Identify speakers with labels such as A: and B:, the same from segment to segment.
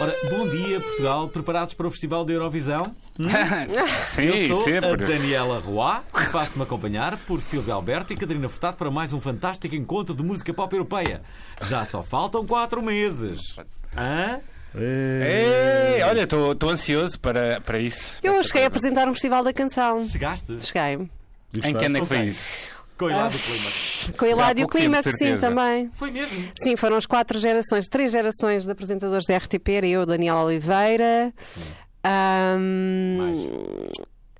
A: Ora, bom dia, Portugal. Preparados para o Festival da Eurovisão?
B: Sim,
A: Eu sou a
B: sempre.
A: Daniela Roy, faço-me acompanhar por Silvia Alberto e Catarina Furtado para mais um fantástico encontro de música pop europeia. Já só faltam quatro meses. Hã?
B: Ei, olha, estou ansioso para, para isso.
C: Eu cheguei a apresentar um festival da canção.
A: Chegaste?
C: Cheguei.
B: Em que ano é que foi
A: Ok.
B: isso?
A: Com a idade do clima.
C: Com a Hiládio
B: pouco tempo,
C: Climax, sim,
B: certeza.
C: também.
A: Foi mesmo.
C: Sim, foram as quatro gerações, três gerações de apresentadores da RTP, era eu, Daniel Oliveira, ahm,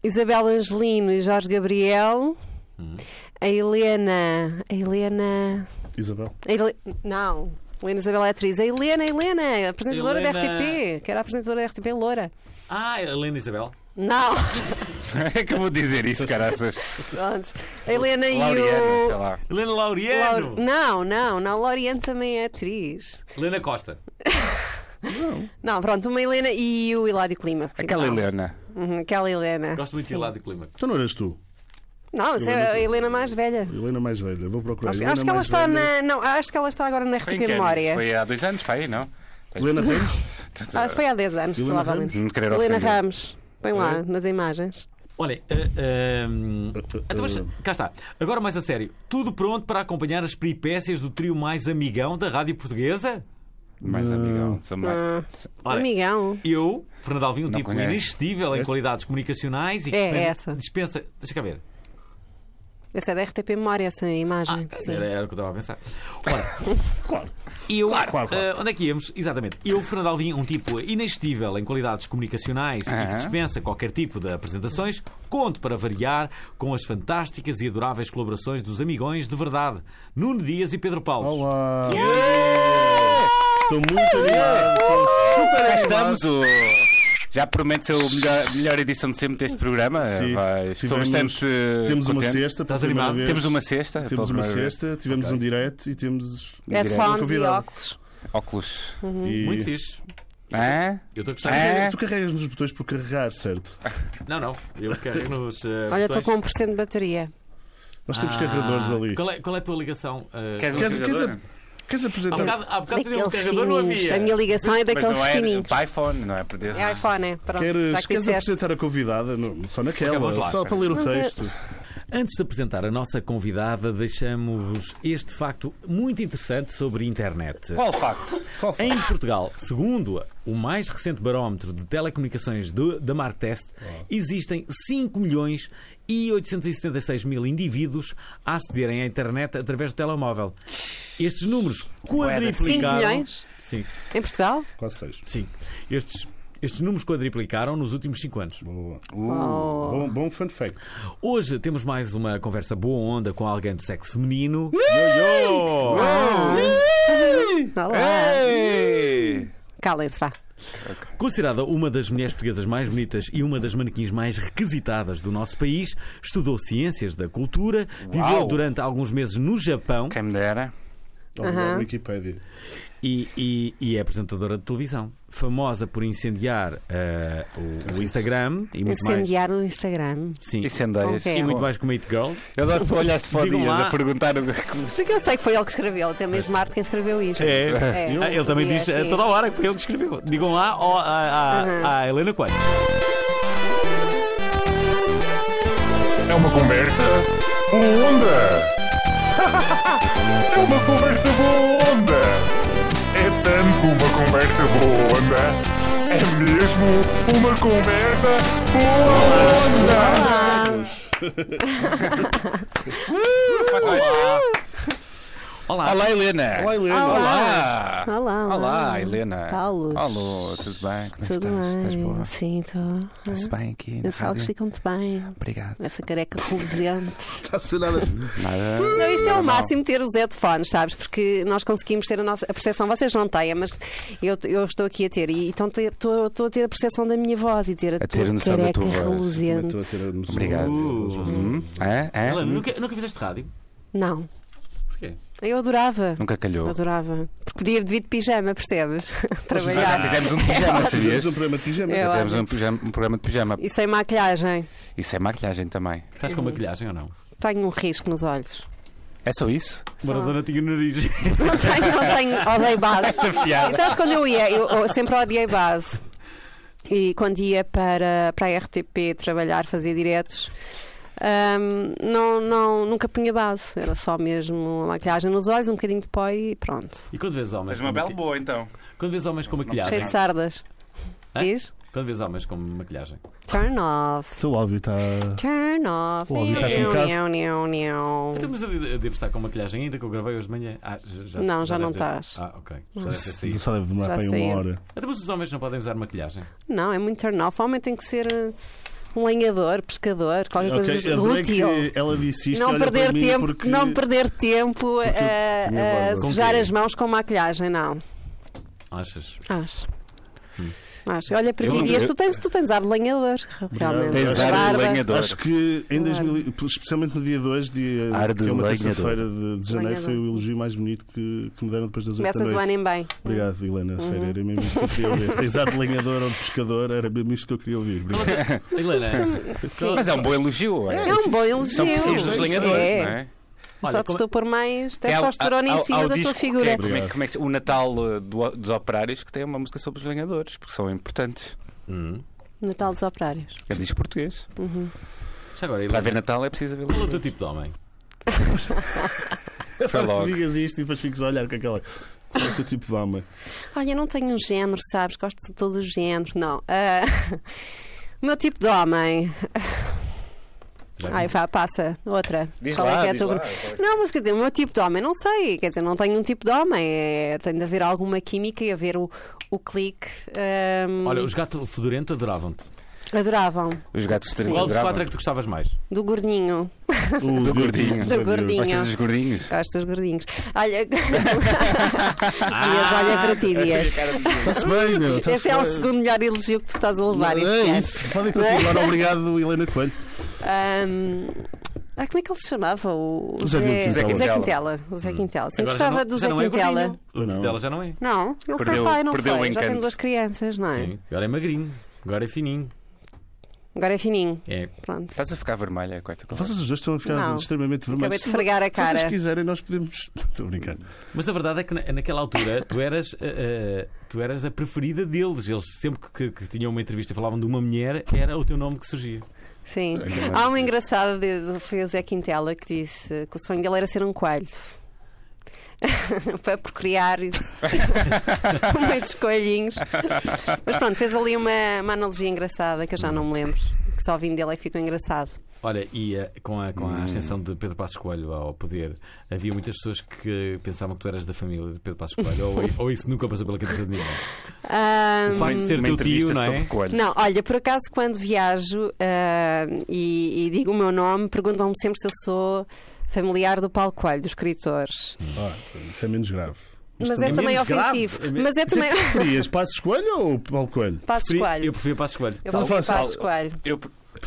C: Isabel Angelino e Jorge Gabriel,
B: Uhum.
C: a Helena, a Helena,
D: Isabel.
C: a Hele- não, Helena Isabel é atriz, a Helena, a Helena, apresentadora da
A: Helena.
C: RTP, que era apresentadora da RTP Loura.
A: Ah, Helena Isabel.
C: Não,
B: Acabou de dizer isso, caraças.
C: pronto. A Helena e
B: Laureano, sei
C: o.
B: lá.
A: Helena Laureano.
C: Laure- Não, não, não, Lauriane também é atriz.
A: Helena Costa.
C: Não, pronto, uma Helena e o Hiládio Clima.
B: Aquela Helena.
C: Uhum, aquela Helena.
A: Gosto muito de Hilário Clima.
D: Então não eras tu.
C: Não, essa é a Helena mais velha.
D: Helena mais velha. Vou procurar.
C: Acho,
D: Helena
C: acho que ela
D: mais
C: está
D: velha.
C: na. Não, acho que ela está agora na
B: Foi
C: RTP
B: em que ano?
C: Memória.
B: Foi há dois anos, pai, não?
D: Helena Ramos?
C: Ah, foi há 10 anos,
D: Helena
C: provavelmente.
B: Não me querer
C: Helena
B: ofender.
C: Ramos. Põe lá, nas imagens.
A: Olha, ah, ahm, então, mas, cá está. Agora mais a sério. Tudo pronto para acompanhar as peripécias do trio mais amigão da rádio portuguesa?
B: Mais amigão. sou mais-
A: Ora,
C: Ah, Amigão.
A: Eu, Fernando Alvim, um
B: Não
A: tipo
B: conheço.
A: irresistível em qualidades comunicacionais e que
C: É,
A: dispensa-
C: essa.
A: dispensa. Deixa cá ver.
C: Essa é da RTP Memória, essa imagem.
A: Ah,
C: Sim. É
A: era, era o que eu estava a pensar. Ora,
D: Claro.
A: eu.
D: claro, claro.
A: ah, onde é que íamos? Exatamente. Eu, Fernando Alvim, um tipo inextível em qualidades comunicacionais e que
B: Aham.
A: dispensa qualquer tipo de apresentações, conto para variar com as fantásticas e adoráveis colaborações dos amigões de verdade, Nuno Dias e Pedro Paulo.
D: Olá. Estou muito animado. Estou super
B: Cá
D: animado.
B: estamos. O... Já promete ser a melhor, melhor edição de sempre deste programa.
D: Sim,
B: É, Vai, Estou
D: tivemos-
B: bastante.
D: Temos uma
B: contente.
D: cesta. pela
A: Estás
D: primeira
A: animado?
D: vez.
B: Temos uma cesta. pela
D: Temos uma
B: primeira vez.
D: cesta, tivemos um direto e temos
C: É. Headphones e
D: Convidado.
C: óculos.
B: Óculos.
D: e-
A: Muito fixe.
B: Hã?
A: Eu estou a gostar.
B: É. Ah.
D: Tu carregas nos botões por carregar, certo?
A: Não, não. Eu carrego nos. ah,
C: Olha, estou
A: botões.
C: com 1% de bateria.
D: Nós temos
A: Ah,
D: carregadores ali.
A: Qual é, qual é a tua ligação? ah,
B: Queres um
D: Queres, queres,
B: carregador?
D: queres
A: Há
D: apresentar?
A: bocado, há bocado pediu um
C: Daqueles
A: carregador, não
C: fininhos.
A: havia.
C: A minha ligação é
B: Mas
C: daqueles
B: não é
C: fininhos.
B: para iPhone, não é para Deus.
C: É iPhone, é. Pronto, já
D: Queres,
C: que
D: queres
C: disseste.
D: apresentar a convidada? Não, só
A: Ok,
D: naquela,
A: vamos lá.
D: só para ler o texto.
A: Antes de apresentar a nossa convidada, deixamos-vos este facto muito interessante sobre a internet.
B: Qual o facto?
A: Em Portugal, segundo o mais recente barómetro de telecomunicações do- da Marktest,
B: Ah.
A: existem 5 milhões e 876 mil indivíduos a acederem à internet através do telemóvel. Estes números quadriplicaram...
C: 5 milhões?
A: Sim,
C: Em Portugal?
D: Quase seis.
A: sim. Estes, estes números quadriplicaram nos últimos 5 anos.
D: Boa.
C: Oh.
D: Bom, bom fun fact.
A: Hoje temos mais uma conversa boa onda com alguém do sexo feminino.
C: Olá.
B: Ei!
C: Calem-se, vá.
A: Considerada uma das mulheres portuguesas mais bonitas e uma das manequins mais requisitadas do nosso país, estudou ciências da cultura, viveu
B: Uau!
A: durante alguns meses no Japão
B: Quem me dera.
D: Obrigado,
C: Aham.
D: Wikipédia.
A: e, e- e é apresentadora de televisão. Famosa por incendiar eh, o, o Instagram e muito mais.
C: Incendiar o Instagram.
A: Sim,
B: E sendeias.
C: Ok.
A: e muito mais com Meet Girl.
B: Eu adoro que tu olhaste para o
A: Digam
B: dia
A: lá.
B: a perguntar o que como
C: Porque eu sei que foi ele que escreveu, até mesmo Marte quem escreveu isto.
A: É.
C: É.
A: Ah, Ele também
C: Dias,
A: diz a
B: assim.
C: sim.
A: toda hora que foi ele que escreveu. Digam lá ó, à- à-
C: Uhum.
A: à Helena Coelho.
E: É uma conversa boa onda. É uma conversa boa onda. É tanto uma conversa boa onda. É mesmo uma conversa boa onda.
B: faz mais.
A: Olá.
B: Olá, Helena.
D: Olá,
C: Ah.
B: Olá.
D: Helena.
C: Olá, olá.
B: Olá, Helena.
C: Paulo.
B: Alô, tudo bem? Como é que
C: Tudo
B: estás? Estás
C: bem?
B: boa?
C: Sim, Ah, estou.
B: Está-se bem aqui na
C: Meus fogos
B: rádio?
C: ficam-te bem.
B: Obrigado.
C: Essa careca reluzente.
D: Está a sonar assim.
B: Nada.
C: Não, isto é o
B: Normal.
C: máximo ter os headphones, sabes? Porque nós conseguimos ter a nossa a percepção, vocês não têm, mas eu, eu estou aqui a ter. E então te- estou estou a ter a percepção da minha voz e ter a,
B: A ter
C: tua
B: noção da
C: careca
B: tua voz.
D: Também
C: reluzente.
D: estou a ter a noção.
B: Obrigado.
A: Uh.
B: Hum? É? É?
A: Helena, nunca, nunca fizeste rádio?
C: Não,
A: Porquê?
C: eu adorava.
B: Nunca calhou.
C: Adorava. Porque podia vir de pijama, percebes?
B: Nós já
C: Trabalhar.
B: fizemos um pijama, sabias?
D: Fizemos um programa de pijama.
C: Eu-
B: Já fizemos um, pijama- um programa de pijama.
C: E sem maquilhagem.
B: E sem é maquilhagem também.
A: Estás com maquilhagem ou não?
C: Tenho um risco nos olhos.
B: É só isso?
A: O Maradona tinha nariz.
C: Não tenho, não tenho. Odeio base. E
B: piada.
C: sabes quando eu ia? Eu, eu sempre odiei base. E quando ia para, para a RTP trabalhar, fazer diretos, ahm, não, não, nunca punha base. Era só mesmo a maquilhagem nos olhos, um bocadinho de pó e pronto.
A: E quando vês homens.
B: Mas uma
A: com
B: bela
A: maqui-
B: boa, então.
A: Quando vês homens com
C: Cheio
A: maquilhagem.
C: de sardas.
A: Hã?
C: Diz?
A: Quando vês homens com maquilhagem.
C: Turn off.
D: O seu áudio está.
C: Turn off.
D: O áudio está
C: Não,
D: colocado.
C: não, não, não.
A: Então, mas eu de- eu devo estar com maquilhagem ainda que eu gravei hoje de manhã. Ah, j- já,
C: Não, já
A: deve
C: não
A: ter-
C: estás.
A: Ah, ok. Já deve ter saído.
D: Só deve
C: Já
D: demorar é para aí
C: saiu.
D: uma hora.
A: Até mas os homens não podem usar maquilhagem.
C: Não, é muito turn off. Homem tem que ser eh, um lenhador, pescador, qualquer
D: Ok,
C: coisa
D: eu adorei
C: útil.
D: que ela disse isto.
C: não
D: olha para
C: perder
D: mim
C: tempo,
D: porque...
C: não perder tempo a,
D: tinha
C: a
D: barba.
C: sujar
A: Com quê?
C: as mãos com maquilhagem, não.
A: Achas?
C: Acho. Acho. Olha para
B: Eu
C: ti,
B: não-
C: Dias,
B: eu-
C: tu tens, tu tens ar de lenhador, realmente.
D: Tens
C: A
D: ar de
C: barba.
B: lenhador.
D: Acho que em
C: Claro.
D: 2000, especialmente no dia 2, dia,
B: Ar de
D: que é uma
B: lenhador.
D: terça-feira de, de janeiro,
C: Lenhador.
D: foi o elogio mais bonito que, que me deram depois das 8 da
C: Começas o
D: noite.
C: ano em bem.
D: Obrigado,
C: Uhum.
D: Helena. Sério, era mesmo isto que eu queria ouvir. Tens ar de lenhador ou de pescador, era mesmo isto que eu queria ouvir.
C: é
D: Obrigado.
A: Helena,
C: Sim.
B: Mas é um bom elogio. É,
C: É um bom
B: São precisos dos
C: elogio.
B: lenhadores,
C: É.
B: não é?
A: olha,
C: Só te
A: como-
C: estou a pôr mais
B: Tem ao-
C: testosterona
B: ao-
C: em
B: ao-
C: cima
B: ao
C: da tua
B: disco que é-
C: figura.
B: como é- como é que- o Natal eh, do- dos Operários que tem uma música sobre os lenhadores, porque são importantes.
A: Hum.
C: Natal dos Operários.
B: Ele diz português.
A: Já agora,
B: Para
A: Helena,
B: haver Natal é preciso haver
A: qual é o
B: lenhadores.
A: teu tipo de homem?
B: Foi
D: Agora que
B: logo.
D: digas isto e depois fiques a olhar com aquela. Qual é o teu tipo de homem?
C: Olha, eu não tenho um género, sabes? Gosto de todo o género. Não. Ah, O meu tipo de homem.
A: Já
C: Ai, vá, passa. Outra.
B: Diz
C: Qual
B: lá,
C: é que é a
B: diz
C: tua-
B: lá, qual é que-
C: Não, mas quer dizer, o meu tipo de homem, não sei. Quer dizer, não tenho um tipo de homem. É, tem de haver alguma química e haver o, o clique. ahm,
A: Olha, os gato fedorento adoravam-te.
C: Adoravam.
B: Os gatos
A: Qual dos quatro é
B: treinados.
A: que tu gostavas mais?
C: Do gordinho.
D: O
B: Do gordinho.
C: Do
A: é
C: gordinho.
B: Gostas dos gordinhos?
C: Gosto dos gordinhos. Olha. Dias,
A: Ah!
C: olha para ti, Dias.
D: Está-se bem, meu. Está-se
C: Esse é o
D: bem.
C: segundo melhor elogio que tu estás a levar este
D: É
C: ano.
D: isso. Podem continuar. Obrigado, Helena Coelho.
C: Ahm, ah, como é que ele se chamava? O
D: O Zé Quintela.
C: o Zé Quintela. O Zé Quintela. Sim,
A: Agora já
C: assim gostava
A: não-
C: do
A: já
C: Zé
A: não é
C: Quintela.
A: gordinho.
D: Ou não?
A: O dela já não é.
C: Não, ele
B: Perdeu-
C: foi pai, não
B: perdeu o
C: foi. Já tem
B: encanto.
C: duas crianças, não é?
A: Sim. Agora é magrinho. Agora é fininho.
C: Agora é fininho.
A: É.
C: Pronto.
B: Estás a ficar vermelha com esta conversa.
D: Vocês os dois estão a ficar
C: Não.
D: extremamente
C: Acabei
D: vermelhos.
C: de esfregar a
D: Se
C: cara.
D: vocês quiserem, nós podemos. Estou a brincar.
A: Mas a verdade é que na- naquela altura tu eras, eh, eh, tu eras a preferida deles. Eles sempre que, que tinham uma entrevista e falavam de uma mulher, era o teu nome que surgia. um
C: Sim.
B: Ainda
C: Há um
B: mais.
C: uma engraçada, de- foi o Zé Quintela que disse que o sonho dele era ser um coelho. para procriar muitos coelhinhos. Mas pronto, fez ali uma, uma analogia engraçada que eu já não me lembro. Que só vim dele é que ficou engraçado.
A: Olha, e eh, com, a, com a ascensão de Pedro Passos Coelho ao poder, havia muitas pessoas que pensavam que tu eras da família de Pedro Passos Coelho. ou, ou isso nunca passou pela cabeça de ninguém.
C: Ahm,
A: O facto de ser
B: Uma
A: teu
B: entrevista
A: tio, não
B: sobre
A: é?
B: coelhos.
C: Não, olha, por acaso quando viajo ah, e, e digo o meu nome, perguntam-me sempre se eu sou familiar do Paulo Coelho, do escritor.
D: Ah, isso é menos grave.
C: Mas,
A: também
C: é
A: é
C: também
A: menos grave.
C: ofensivo.
A: É me-
C: Mas é também.
D: Preferias Passos Coelho ou Paulo Coelho?
C: Passos Coelho.
A: Eu prefiro Passos Coelho.
C: Eu
D: Então
C: vou
D: fala-
C: para Passos
B: fala-
C: Coelho.
B: Eu-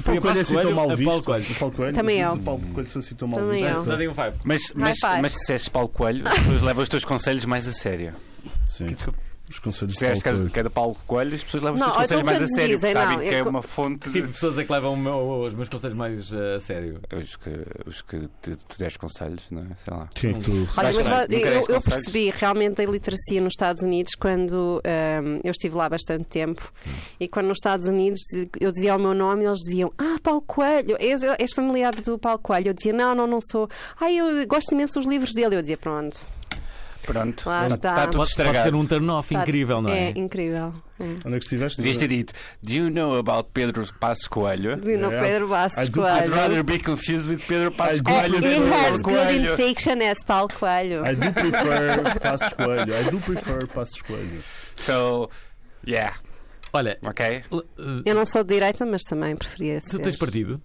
D: Paulo Coelho é assim tão mal
A: a
D: visto.
A: Paulo Coelho.
D: Paulo Coelho.
C: Também
D: Os
C: eu.
D: filhos de Paulo Coelho são assim tão mal
C: Também
D: vistos.
C: eu.
A: Dá-lhe um five.
B: Mas, mas,
C: five.
B: mas se dissesses Paulo Coelho, depois leva os teus conselhos mais a sério.
D: Sim.
A: Desculpa.
D: Os
B: Se
D: conselhos de
B: disseres
D: Paulo
B: que é-
D: Coelho.
B: que é de Paulo Coelho, as pessoas levam os
C: Não,
B: teus
C: ou
B: conselhos
C: então
B: mais a
C: quando
B: sério, porque
C: dizem,
B: sabem
C: não,
B: que
C: eu
B: é
C: co-
B: uma fonte
A: Tipo
B: de.
A: de pessoas é que levam o meu- os meus conselhos mais eh, a sério.
B: Os que, os que te, tu deres conselhos, não é? Sei lá.
D: Quem é que tu.
C: Olha,
B: Sabes bem,
C: mas va-
B: nunca
C: eu,
B: deste
C: eu
B: conselhos.
C: percebi realmente a iliteracia nos Estados Unidos quando ahm, eu estive lá bastante tempo e quando nos Estados Unidos diz- eu dizia o meu nome e eles diziam Ah, Paulo Coelho, és, és familiar do Paulo Coelho. Eu dizia, não, não, não sou. Ah, eu gosto imenso dos livros dele. Eu dizia, pronto.
B: Pronto,
C: Lá
B: está,
C: está.
B: tudo
A: Pode, pode
B: estragado.
A: ser um turn-off incrível, não é?
C: É incrível. É.
D: Onde é que estiveste?
B: Devias ter dito: Do you know about Pedro Passos Coelho?
C: Dino
D: É.
C: Pedro Passos
D: Ai,
B: I'd
D: do-
C: Coelho. É,
B: rather be confused with Pedro Passos
D: Ai, do-
B: Coelho.
D: It
B: than
D: has
B: Paulo
C: good
B: Coelho.
C: in fiction as Paulo Coelho.
D: I do prefer Passos Coelho. I do prefer Passos Coelho.
B: So, yeah,
A: Olha,
B: ok.
A: l- uh,
C: Eu não sou de direita, mas também preferia ser.
A: tu tens partido?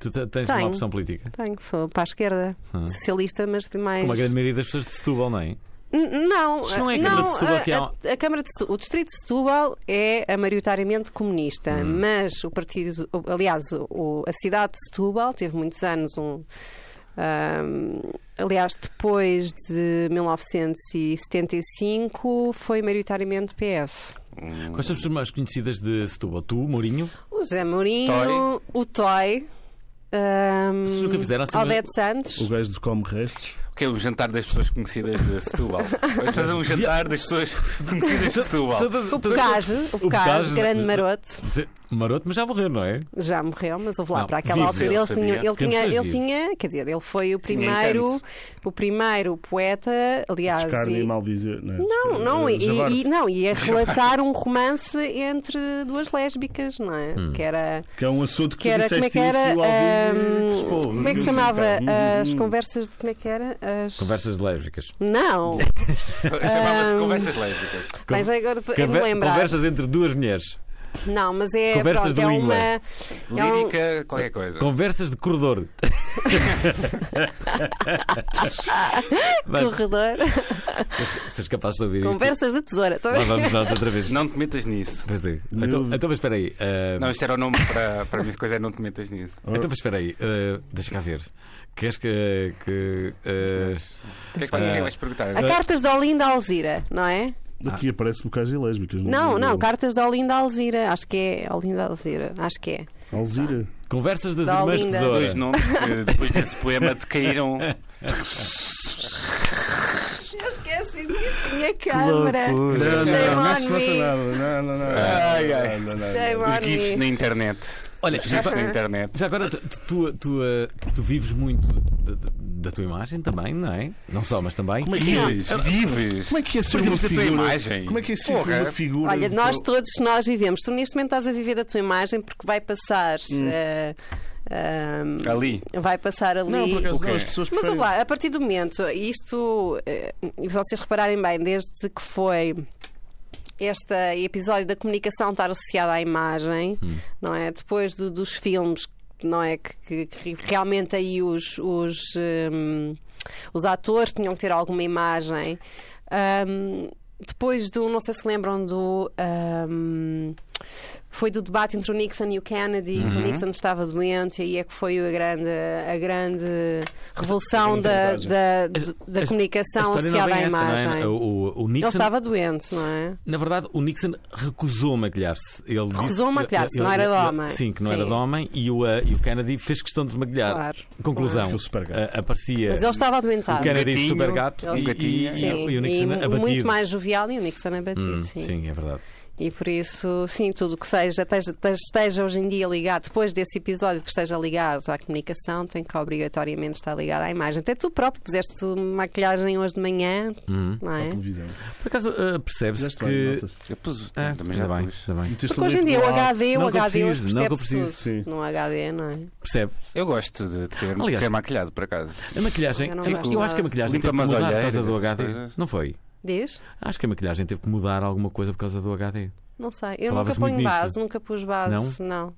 A: Tu te- tens uma
C: Tenho.
A: opção política?
C: Tenho, sou para a esquerda.
A: Ah.
C: Socialista, mas de mais.
A: Como a grande maioria das pessoas de Setúbal, não é?
C: N- Não,
A: Isto não é um- a
C: eh,
A: Câmara de Setúbal que há-
C: a, a, a Câmara de Setú- o Distrito de Setúbal é a maioritariamente comunista,
A: Hum.
C: mas o partido, o- aliás, o- a cidade de Setúbal teve muitos anos um. ahm, aliás, depois de 1975 foi maioritariamente PS.
A: Quais são as pessoas mais conhecidas de Setúbal? Tu, Mourinho?
C: O Zé Mourinho, o Toy, ahm,
A: Vocês nunca fizeram assim uma-
C: Odete Santos.
D: O gajo de Come Restos.
B: O que é o jantar das pessoas conhecidas de Setúbal? Vamos fazer um jantar das pessoas conhecidas de Setúbal.
C: O Bocage, o Bocage,
A: Bocage, né?
C: grande
A: não- é?
C: maroto.
A: Dizer, Maroto, mas já morreu, não é?
C: Já morreu, mas houve lá
A: Não,
C: para aquela
A: vive,
B: ele
C: altura. Ele,
B: sabia.
C: tinha, ele,
A: Temos
C: tinha,
A: dois
C: ele
A: vivos.
C: tinha, quer dizer, ele foi o
B: Tinha
C: primeiro, o primeiro poeta, aliás.
D: Descarne e
C: e-
D: mal dizer. Não, é?
C: Ah, Não, não, e,
D: Javarde.
C: e- não, e a relatar um romance entre duas lésbicas, não é?
A: Hum.
C: Que era.
D: Que é um assunto que,
C: Que era,
D: tu
C: como é
D: disseste
C: que era?
D: isso ao um vivo.
C: ahm,
D: e expôs.
C: como é que se chamava?
D: Hum.
C: As conversas de. Como é que era? As.
A: Conversas lésbicas.
C: Não!
B: Chamava-se
C: Ahm.
B: Conversas Lésbicas.
C: Mas agora eu
A: Conver-
C: me lembrar.
A: Conversas entre duas mulheres.
C: Não, mas é.
A: Conversas
C: pronto,
A: de
C: é
A: língua.
C: uma. é um-
B: Lírica, qualquer coisa.
A: Conversas de corredor. Vai,
C: Corredor.
A: Seres capazes de ouvir isto.
C: Conversas da tesoura. Tô-
A: Lá vamos nós outra vez.
B: Não te metas nisso.
A: Pois é. Então, então, mas espera aí. ah,
B: Não, isto era o nome para, para a minha coisa, é não te metas nisso.
A: Então, mas espera aí. ah, deixa cá ver. Queres que. que ah,
B: O que é que vai- o que é que vais perguntar?
C: A Cartas de Olinda Alzira, não é?
D: Aqui aparece bocais e lésbicas. é?
C: Não, não, Cartas de Olinda Alzira. Acho que é Olinda Alzira. Acho que é.
D: Alzira.
A: conversas das
C: Da
A: irmãs
C: Olinda.
B: Dois
A: Tesoura.
B: nomes que depois desse poema decaíram.
C: Eu esqueci disto, minha câmara.
D: Não,
C: Shame
D: não,
C: on
D: não se
C: me.
D: trata nada. Não, não, não.
B: Ai, ai.
D: Não, não, não, não.
C: Shame
B: Os
C: on
B: GIFs na
C: me.
B: internet.
A: Olha,
B: Os GIFs na internet.
A: Já agora, tu, tu, tu, ah, tu vives muito de- de- da tua imagem também, não é? Não só, mas também.
D: Como é que é?
B: Vives, vives.
D: Como é que é ser
B: Por
D: uma
B: exemplo, da tua
D: figura?
B: imagem.
D: Como é que é ser
B: Porra.
D: uma figura?
C: Olha,
D: de-
C: nós todos nós vivemos. Tu neste momento estás a viver a tua imagem porque vai passar. eh, ahm,
B: Ali.
C: vai passar ali.
D: Não, por acaso
B: Ok.
D: não, as pessoas
C: Mas
D: preferem.
C: vamos lá, a partir do momento, isto, eh, e vocês repararem bem, desde que foi este episódio da comunicação estar associada à imagem,
D: Hum.
C: não é? Depois do- dos filmes, não é? Que, que- que realmente aí os, os, hum, os atores tinham que ter alguma imagem. Hum, depois do, não sei se lembram do. hum, foi do debate entre o Nixon e o Kennedy, que o
A: Uhum.
C: Nixon estava doente, e aí é que foi a grande, a grande revolução
A: é
C: da, da, da
A: A- a
C: comunicação
A: história não
C: associada
A: vem
C: à
A: essa, não é?
C: imagem.
A: O, o- o
C: Ele
A: Nixon,
C: estava doente, não é?
A: na verdade, o Nixon recusou maquilhar-se. Ele disse-
C: Recusou maquilhar-se,
A: ele-
C: não era de
A: ele-
C: homem.
A: Sim, que não era
C: Sim.
A: de homem e o, eh, e o Kennedy fez questão de se maquilhar.
C: Claro.
A: Conclusão,
D: Ficou super gato.
A: eh, aparecia
C: Mas ele
A: Ah,
C: estava
A: é. o
C: adoentado.
A: Kennedy
B: Gatinho,
A: super gato e,
B: ele-
A: e- e- e
C: Sim,
A: o
C: e
A: Nixon
C: mu-
A: abatido.
C: muito mais jovial e o Nixon abatido,
A: Hum,
C: sim.
A: sim, é verdade.
C: E por isso, sim, tudo que seja, esteja, esteja hoje em dia ligado, depois desse episódio, que esteja ligado à comunicação, tem que obrigatoriamente estar ligado à imagem. Até tu próprio puseste maquilhagem hoje de manhã, não é?
D: Televisão.
A: Hum. Por acaso, eh,
D: Já
A: percebe-se
D: está,
A: que.
D: notas.
B: Eu pus,
A: Ah,
B: também já
A: ainda bem,
B: pus.
A: ainda bem.
D: Meteste
C: Porque hoje em
D: ali
C: dia o
D: com a-
C: HD, o
A: Não que eu
C: HD hoje
A: precise, não que eu
C: percebe-se
D: precise,
C: tudo. No HD, não é?
A: Percebe?
B: Eu gosto de ter de
A: Aliás- Ah.
B: ser maquilhado, por acaso.
A: A maquilhagem.
C: Eu não
A: Eu,
C: gosto
A: eu acho que a
C: nada.
A: maquilhagem teve que
B: Limpa-me as
A: mudar por
B: olheiras, é.
A: causa do
B: essas
A: HD.
B: coisas.
A: Não foi?
C: Diz?
A: Acho que a maquilhagem teve que mudar alguma coisa por causa do HD.
C: Não sei. Eu nunca
A: Falava-se muito
C: ponho
A: nisso.
C: base, nunca pus base,
A: Não?
C: não.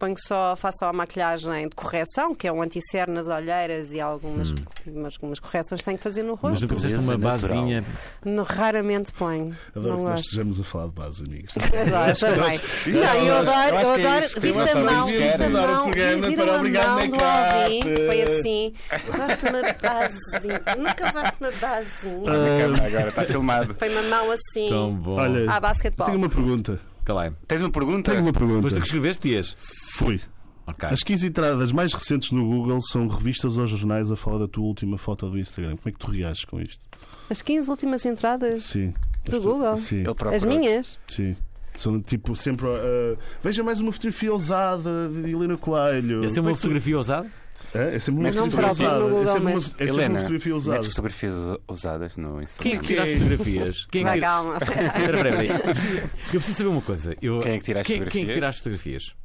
C: Ponho só, faço só a maquilhagem de correção, que é um anticer nas olheiras e algumas umas, umas correções que tenho que fazer no
A: Hum. Mas
C: rosto.
A: nunca fizeste
B: beleza
A: uma
B: é, natural.
A: basinha.
C: No- raramente ponho.
D: Adoro
C: não
D: que nós
C: gosto.
D: estejamos a falar de base, amigos.
C: Adoro também.
D: é
C: Não, eu
B: nós- eu acho
C: adoro, eu
B: que é
C: adoro.
B: isso que
C: Viste
B: nós
C: a
B: também
C: mão,
B: queremos.
C: viste a
D: Adoro o é
C: mão,
D: programa
C: e
D: para
C: viram a
D: obrigar
C: mão do Alvin.
D: make-up.
C: Foi assim. Gosto de uma basinha. Nunca usaste uma basinha.
B: Na câmara agora, está filmado.
C: Foi uma mão assim.
A: Tão bom.
D: Olha,
C: Ah, basquetebol.
D: tenho uma pergunta.
A: Calai.
B: Tens uma pergunta?
D: Tenho uma pergunta.
A: Depois tu que escreveste dias.
D: Fui.
A: Ok.
D: As 15 entradas mais recentes no Google são revistas ou jornais a falar da tua última foto do Instagram. Como é que tu reages com isto?
C: As 15 últimas entradas
D: Sim.
C: do Google.
D: Sim,
B: Ele próprio.
C: As minhas?
D: sim. São tipo sempre. ah, veja mais uma fotografia ousada de Helena Coelho.
A: Ia ser
D: Como é
A: uma
D: que tu-
A: fotografia ousada?
D: É, é sempre uma
C: Mas não próprio
D: fotografia
C: no
D: usada. É
C: Google
D: sempre uma, é
C: Maps.
D: sempre uma
B: Helena,
D: fotografia usada.
B: metes fotografias usa- usadas no Instagram.
A: Quem é que tira as fotografias? Quem é que
C: Vai,
A: tira-
C: calma.
A: Espera, espera, espera. Eu preciso- Eu preciso saber uma coisa. Eu-
B: Quem é que tira as
A: Quem é que
B: fotografias?
A: tira as fotografias?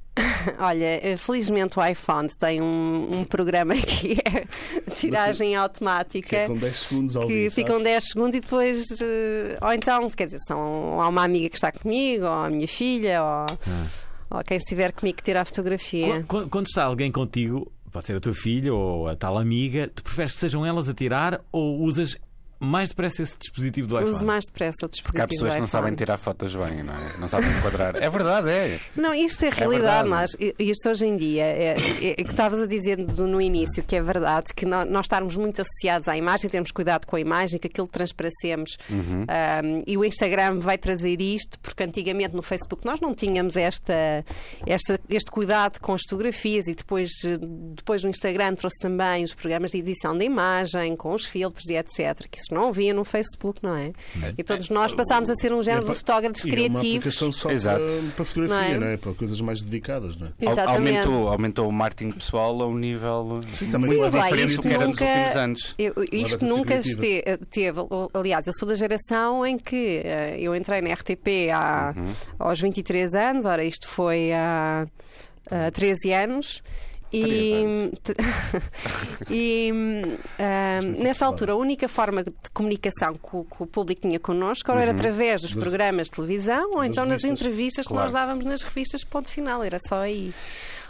C: Olha, eh, felizmente o iPhone tem um, um programa que é tiragem
D: Que é
C: automática.
D: com 10 segundos ao
C: que
D: vivo,
C: ficam
D: sabes?
C: 10 segundos e depois. eh, Ou então, quer dizer, são, ou há uma amiga que está comigo, ou a minha filha, ou,
B: Ah.
C: ou quem estiver comigo que tira a fotografia.
A: Qu- qu- Quando está alguém contigo, pode ser a tua filha ou a tal amiga, tu preferes que sejam elas a tirar ou usas mais depressa esse dispositivo do iPhone?
C: Uso mais depressa o dispositivo.
B: Porque há pessoas
C: do
B: que não
C: iPhone.
B: sabem tirar fotos bem, não é? Não sabem enquadrar. É verdade, é.
C: Não, isto é realidade,
B: verdade.
C: mas i- isto hoje em dia, é, é- é que estavas a dizer do- no início, que é verdade, que nó- nós estarmos muito associados à imagem, termos cuidado com a imagem, que aquilo transparecemos. Um, e o Instagram vai trazer isto, porque antigamente no Facebook nós não tínhamos esta, esta- este cuidado com as fotografias e depois, eh, depois no Instagram trouxe também os programas de edição da imagem, com os filtros e etc. Que isso não havia no Facebook, não é? E todos nós passámos a ser um género de fotógrafos
D: E É uma
C: criativos.
D: aplicação só
B: Exato.
D: para, para
C: Não
D: fotografia,
C: é?
D: não é? Para coisas mais dedicadas, não é?
B: Au-
C: Exatamente.
B: Aumentou, aumentou o marketing pessoal a um nível
D: Sim, também é
C: Sim,
D: leva à
C: vai,
D: frente
B: diferente
C: isto
B: do que era nos
C: nunca-
B: últimos anos.
C: Eu- eu- isto
D: adaptação
C: nunca
D: criativa.
C: este- eh, teve. o- Aliás, eu sou da geração em que eh, eu entrei na RTP há, aos 23 anos, ora, isto foi há ah, 13 anos. E,
B: Três anos.
C: e, hum, ah, nessa altura a única forma de comunicação que o, que o público tinha connosco ou era através dos programas de televisão ou
D: das
C: então nas
D: revistas.
C: entrevistas que nós
B: Claro.
C: dávamos nas revistas, ponto final, era só aí.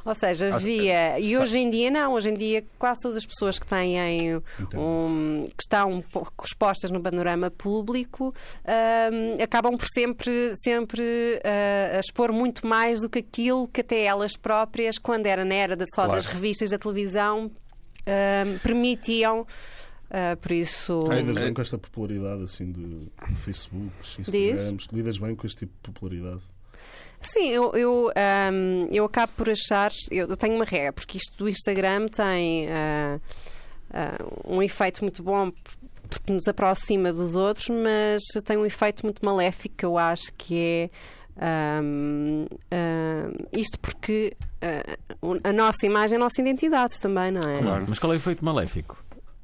C: Ou seja, havia. E hoje em dia não, hoje em dia quase todas as pessoas que têm um, que estão um pouco expostas no panorama público ahm, acabam por sempre, sempre ah, a expor muito mais do que aquilo que até elas próprias, quando era na era da- só
B: Claro.
C: das revistas da televisão, ahm, permitiam. Ah, por isso.
D: Lidas
B: é.
D: bem com esta popularidade assim de Facebook, Instagrams, lidas bem com este tipo de popularidade.
C: Sim, eu, eu, ahm, eu acabo por achar. Eu, eu tenho uma regra, porque isto do Instagram tem ah, ah, um efeito muito bom p- porque nos aproxima dos outros, mas tem um efeito muito maléfico que eu acho que é. ahm, ahm, isto porque ah, o- a nossa imagem é a nossa identidade também, não é?
B: Claro.
A: Mas qual é o efeito maléfico?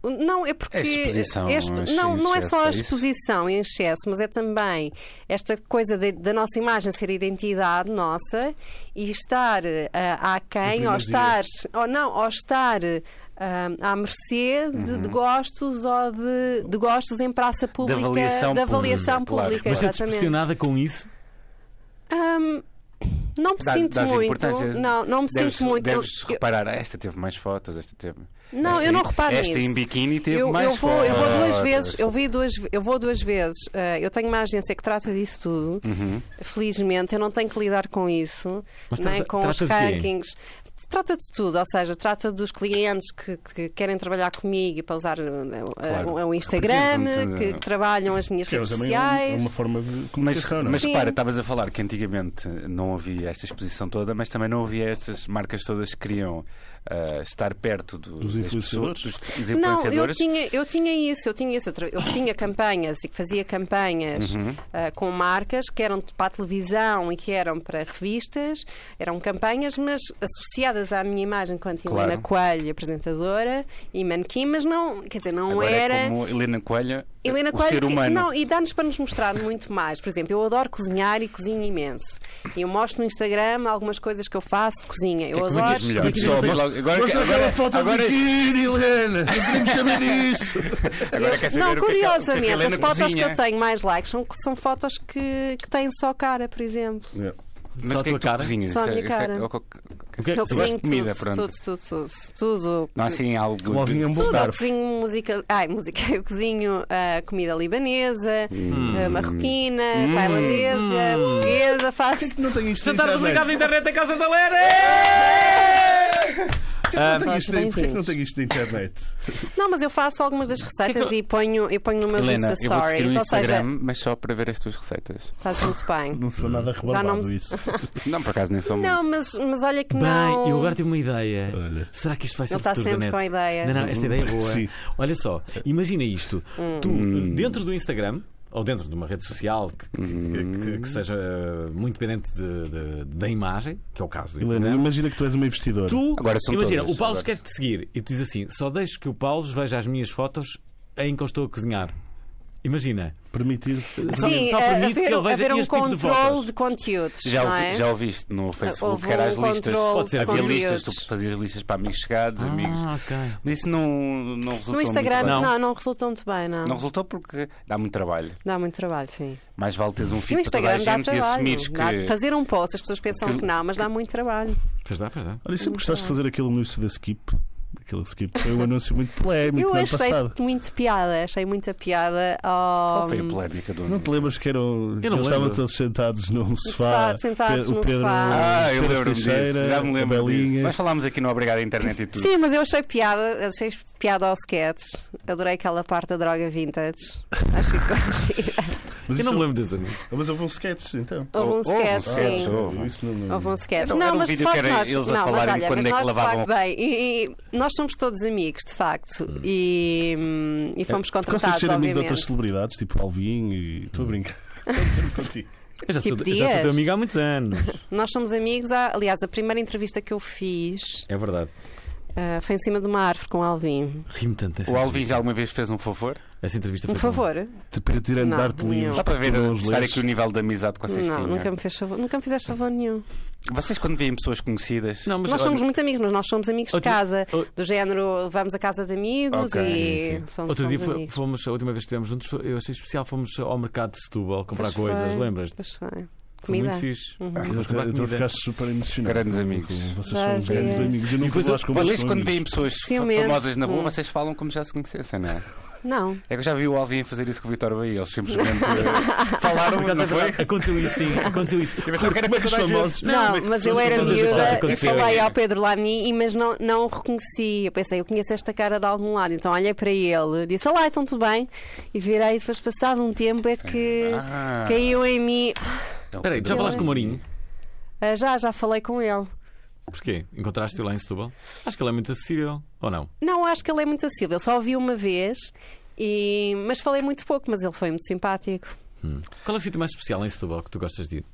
C: Não, é porque.
B: É exposição
C: é expo-
B: em
C: não, não é
B: excesso,
C: só a
B: é isso?
C: exposição em excesso, mas é também esta coisa de- da nossa imagem ser identidade nossa e estar a aquém,
D: Em
C: ou
D: primazia.
C: estar, ou não, ou estar. ah, à mercê de,
B: Uhum.
C: de gostos ou de, de gostos em praça pública
B: avaliação
C: da
B: pública,
C: avaliação
B: claro.
C: pública,
B: Mas
A: Mas é estás
C: exatamente.
A: decepcionada com isso?
C: Ahm, não me
B: Dá-
C: sinto
B: dás
C: muito.
B: importância.
C: Não, não me
B: Deves,
C: sinto muito.
B: deves
C: Eu-
B: reparar, "Ah, esta teve mais fotos, esta teve.
C: Não,
B: esta
C: eu não
B: em-
C: reparo
B: Esta
C: nisso.
B: em biquíni teve
C: eu,
B: mais
C: eu vou,
B: fotos.
C: eu vou duas vezes, eu vi duas, eu vou duas vezes. Ah, eu tenho uma agência que trata disso tudo.
B: Uhum.
C: Felizmente, eu não tenho que lidar com isso,
A: Mas
C: nem
A: trata-
C: com os
A: trata de quê?
C: rankings. Trata de tudo, ou seja, trata dos clientes que, que querem trabalhar comigo e para usar uh,
B: Claro.
C: o Instagram,
B: Precisam de-
C: que, que trabalham as minhas
D: Que é
C: redes
D: também é uma, é
C: sociais.
D: uma forma de
B: Mas,
D: comunicação, não é?
B: mas
C: Sim.
B: repara, estavas a falar que antigamente não havia esta exposição toda, mas também não havia estas marcas todas que queriam ah, estar perto do-
D: Dos
B: das
D: influenciadores?
B: pessoas, dos
C: Não, eu
B: influenciadores.
C: tinha, eu tinha isso, eu tinha isso. Eu, tra- eu tinha campanhas e fazia campanhas
B: Uhum.
C: ah, com marcas que eram para a televisão e que eram para revistas, eram campanhas, mas associadas à minha imagem enquanto Helena
B: Claro.
C: Coelho, apresentadora e manequim, mas não, quer dizer, não
B: Agora
C: era.
B: é como Helena Coelho,
C: Helena
B: o
C: Coelho,
B: ser
C: que-
B: humano.
C: não, e dá-nos para nos mostrar muito mais. Por exemplo, eu adoro cozinhar e cozinho imenso. E eu mostro no Instagram algumas coisas que eu faço de cozinha. Eu
B: que é que
C: adoro.
B: cozinhas melhor? Pessoal, diz logo- agora que- agora- agora- é-
D: biquíni, Helena! Não queremos saber disso!
B: Agora quer saber
C: não,
B: o que é que- o que é que a
C: curiosamente,
B: Helena
C: as fotos que
B: cozinha.
C: eu tenho mais likes são, são fotos que, que têm só cara, por exemplo.
B: Mas
A: Só
B: o que é
A: a tua
B: que tu
A: cara?
B: cozinhas?
C: Só a
B: Isso é-
C: minha
B: isso é-
C: cara.
B: o que-
A: O que é que-
C: Eu
B: gosto de
C: Então, cozinho
B: comida,
C: tudo,
B: pronto.
C: tudo, tudo, tudo, tudo.
B: Não há assim algo. de-
D: Logo vinha um
C: Tudo, eu
D: bocado.
C: cozinho música, ai, música, eu cozinho ah, comida libanesa,
B: Hum.
C: ah, marroquina, tailandesa, portuguesa, faço.
D: Não tenho isto
A: Jantar desligado da internet da casa da Lera!
D: Porquê que não tenho isto da internet?
C: Não, mas eu faço algumas das receitas e ponho, e ponho no meu
B: Helena,
C: Insta
B: eu vou seguir o
C: Stories. Ou
B: Instagram,
C: seja,
B: mas só para ver as tuas receitas.
C: fazes muito bem.
D: Não
B: Hum.
D: sou nada
C: Já
D: rebalado
C: não me-
D: isso.
B: Não, por acaso nem sou
C: Não,
B: muito.
C: mas, mas olha que não.
A: Bem, eu agora tive uma ideia.
D: Olha.
A: Será que isto vai ser
C: Ele
A: o
C: está
A: futuro da
C: sempre
A: net?
C: com ideias.
A: é Não, não, esta ideia é boa.
D: Sim.
C: Hum.
A: Olha só, imagina isto. Tu, dentro do Instagram, ou dentro de uma rede social que, que-
B: Hum.
A: que- que- que seja eh, muito dependente de- de- da imagem, que é o caso do
D: Helena,
A: Instagram.
D: imagina que tu és uma investidora.
A: Tu,
B: Agora são
A: imagina,
B: todas,
A: o Paulo
B: agora.
A: quer te seguir e tu diz assim: só deixo que o Paulo veja as minhas fotos em que eu estou a cozinhar. Imagina.
D: Permitir-se.
A: Só-
C: Sim,
A: só
C: eh,
A: permite
C: haver,
A: que ele veja
C: haver um
A: este tipo de
C: controle
A: fotos.
C: de, conteúdos.
B: Já,
C: não
B: ouvi-
C: é?
B: já ouviste no Facebook
C: Houve
B: que era as
C: um
B: listas.
C: controle
A: Pode ser, de
B: Havia listas,
C: conteúdos.
B: tu fazias listas para amigos chegados, amigos.
A: Ah, ok.
B: Isso não, não resultou.
C: No
B: muito
C: Instagram,
B: bem.
A: Não.
C: não. não, resultou muito bem, não.
B: Não resultou porque dá muito trabalho.
C: Dá muito trabalho, sim.
B: Mais vale teres um
C: E o
B: feed para toda a
C: Instagram dá
B: gente e
C: trabalho.
B: assumires que.
C: Dá- fazer um post, as pessoas pensam
B: que-
C: que, não, mas dá muito trabalho.
A: Pois dá, pois dá.
D: Olha, e sempre gostaste de fazer aquele anúncio da Skip. Aquele Skip foi um anúncio muito polémico
C: Eu
D: no ano
C: achei
D: passado.
C: muito piada, achei muita piada ao.
B: Qual
C: um-
B: foi a polémica do
D: Não te lembras que eram.
A: Eu não
D: eles estavam
A: lembro.
D: todos sentados num sofá.
C: sofá, sentados
D: Pe-
C: num
D: o Pedro,
C: sofá.
B: Ah, eu
D: Pedro
B: lembro-me disso.
D: Teixeira,
B: Já me
D: o
B: lembro disso.
D: Belinhas.
B: Nós falámos aqui no Obrigado à Internet e tudo.
C: Sim, mas eu achei piada, achei piada aos sketches. Adorei aquela parte da droga vintage. Acho que ficou gira.
D: Mas,
A: Eu
D: isso é
A: não me lembro desse amigo.
D: mas houve um sketch, então.
C: Houve um
B: Houve um
C: sketch,
B: sketch,
C: sim.
B: houve.
D: Eu isso não lembro.
C: Houve um sketch.
B: Era-
C: não,
B: era um
C: mas de
B: vídeo que
C: facto
B: era
C: nós,
B: eles a
C: não, mas
B: falarem
C: olha,
B: quando
C: mas
B: é que
C: nós, de
B: lavavam.
C: facto, bem, e, e nós somos todos amigos, de facto, e, hum, e fomos
D: Consegues
C: contratados,
D: ser amigo de outras
C: obviamente.
D: celebridades, tipo Alvin e. Estou a brincar.
A: Eu já,
C: Tipo
A: sou, eu já sou
C: Dias.
A: teu amigo há muitos anos.
C: Nós somos amigos, há- aliás, a primeira entrevista que eu fiz
A: É verdade.
C: ah, foi em cima de uma árvore com o Alvin.
A: Rimo tanto dessa
B: O Alvin
A: entrevista.
B: já alguma vez fez um favor?
A: Essa entrevista
C: Por
A: foi tão-
C: favor.
D: Te- Para tirando
C: Não,
D: dar-te
C: não.
D: livros.
B: Só para ver,
D: tu não os
B: estar
D: lês.
B: aqui o nível de amizade que vocês
C: Não,
B: tinham.
C: nunca me, fez favor, nunca me fizeste favor nenhum.
B: Vocês, quando veem pessoas conhecidas,
A: Não, mas
C: nós
A: olha,
C: somos muito amigos, mas nós somos amigos de
A: Outro-
C: casa.
A: o-
C: Do género, vamos à casa de amigos
B: Ok,
C: e
B: sim, sim.
C: somos,
A: Outro dia
C: somos
A: fo-
C: amigos.
A: fomos, a última vez que estivemos juntos, foi- eu achei especial, fomos ao mercado de Setúbal comprar
C: Pois
A: coisas,
C: foi,
A: lembras-te?
C: pois foi.
A: Foi
C: Comida. Hum. Uhum.
A: muito fixe.
D: Eu
A: Fomos
D: até-
A: comprar
D: eu
A: comida.
D: ficaste super emocionado.
B: Grandes amigos.
D: Vocês
C: Vários
D: são grandes
C: dias.
D: amigos. Eu nunca
A: depois
D: vou às conversas
B: Vocês,
D: com
B: quando
D: amigos.
B: veem pessoas fa-
C: Ciumentos.
B: famosas na rua,
C: Hum.
B: vocês falam como já se conhecessem, não é?
C: Não.
B: É que eu já vi o Alvin fazer isso com o Vitor Bahia. Eles simplesmente eh, falaram,
A: Por acaso, é
B: não foi?
A: Aconteceu isso, sim. Aconteceu isso.
B: Eu pensava que era
D: Como é
B: com
D: que os
B: toda a gente.
D: famosos.
A: Não,
C: Não,
A: mas
C: mas
A: são
C: eu era
A: pessoas
C: miúda e
A: desagradadas.
C: falei
A: Aconteceu.
C: ao Pedro Lamy, e- mas não, não o reconheci. Eu pensei, eu conheço esta cara de algum lado. Então olhei para ele, disse: Olá, então tudo bem? E virei, e depois, passado um tempo, é que
B: Ah.
C: caiu em mim.
A: Espera aí, tu já falaste com o Mourinho?
C: Ah, já, já falei com ele.
A: Porquê? Encontraste-o lá em Setúbal? Acho que ele é muito acessível, ou não?
C: Não, acho que ele é muito acessível. Eu só o vi uma vez, e... mas falei muito pouco, mas ele foi muito simpático.
A: Qual é o sítio mais especial em Setúbal que tu gostas de ir?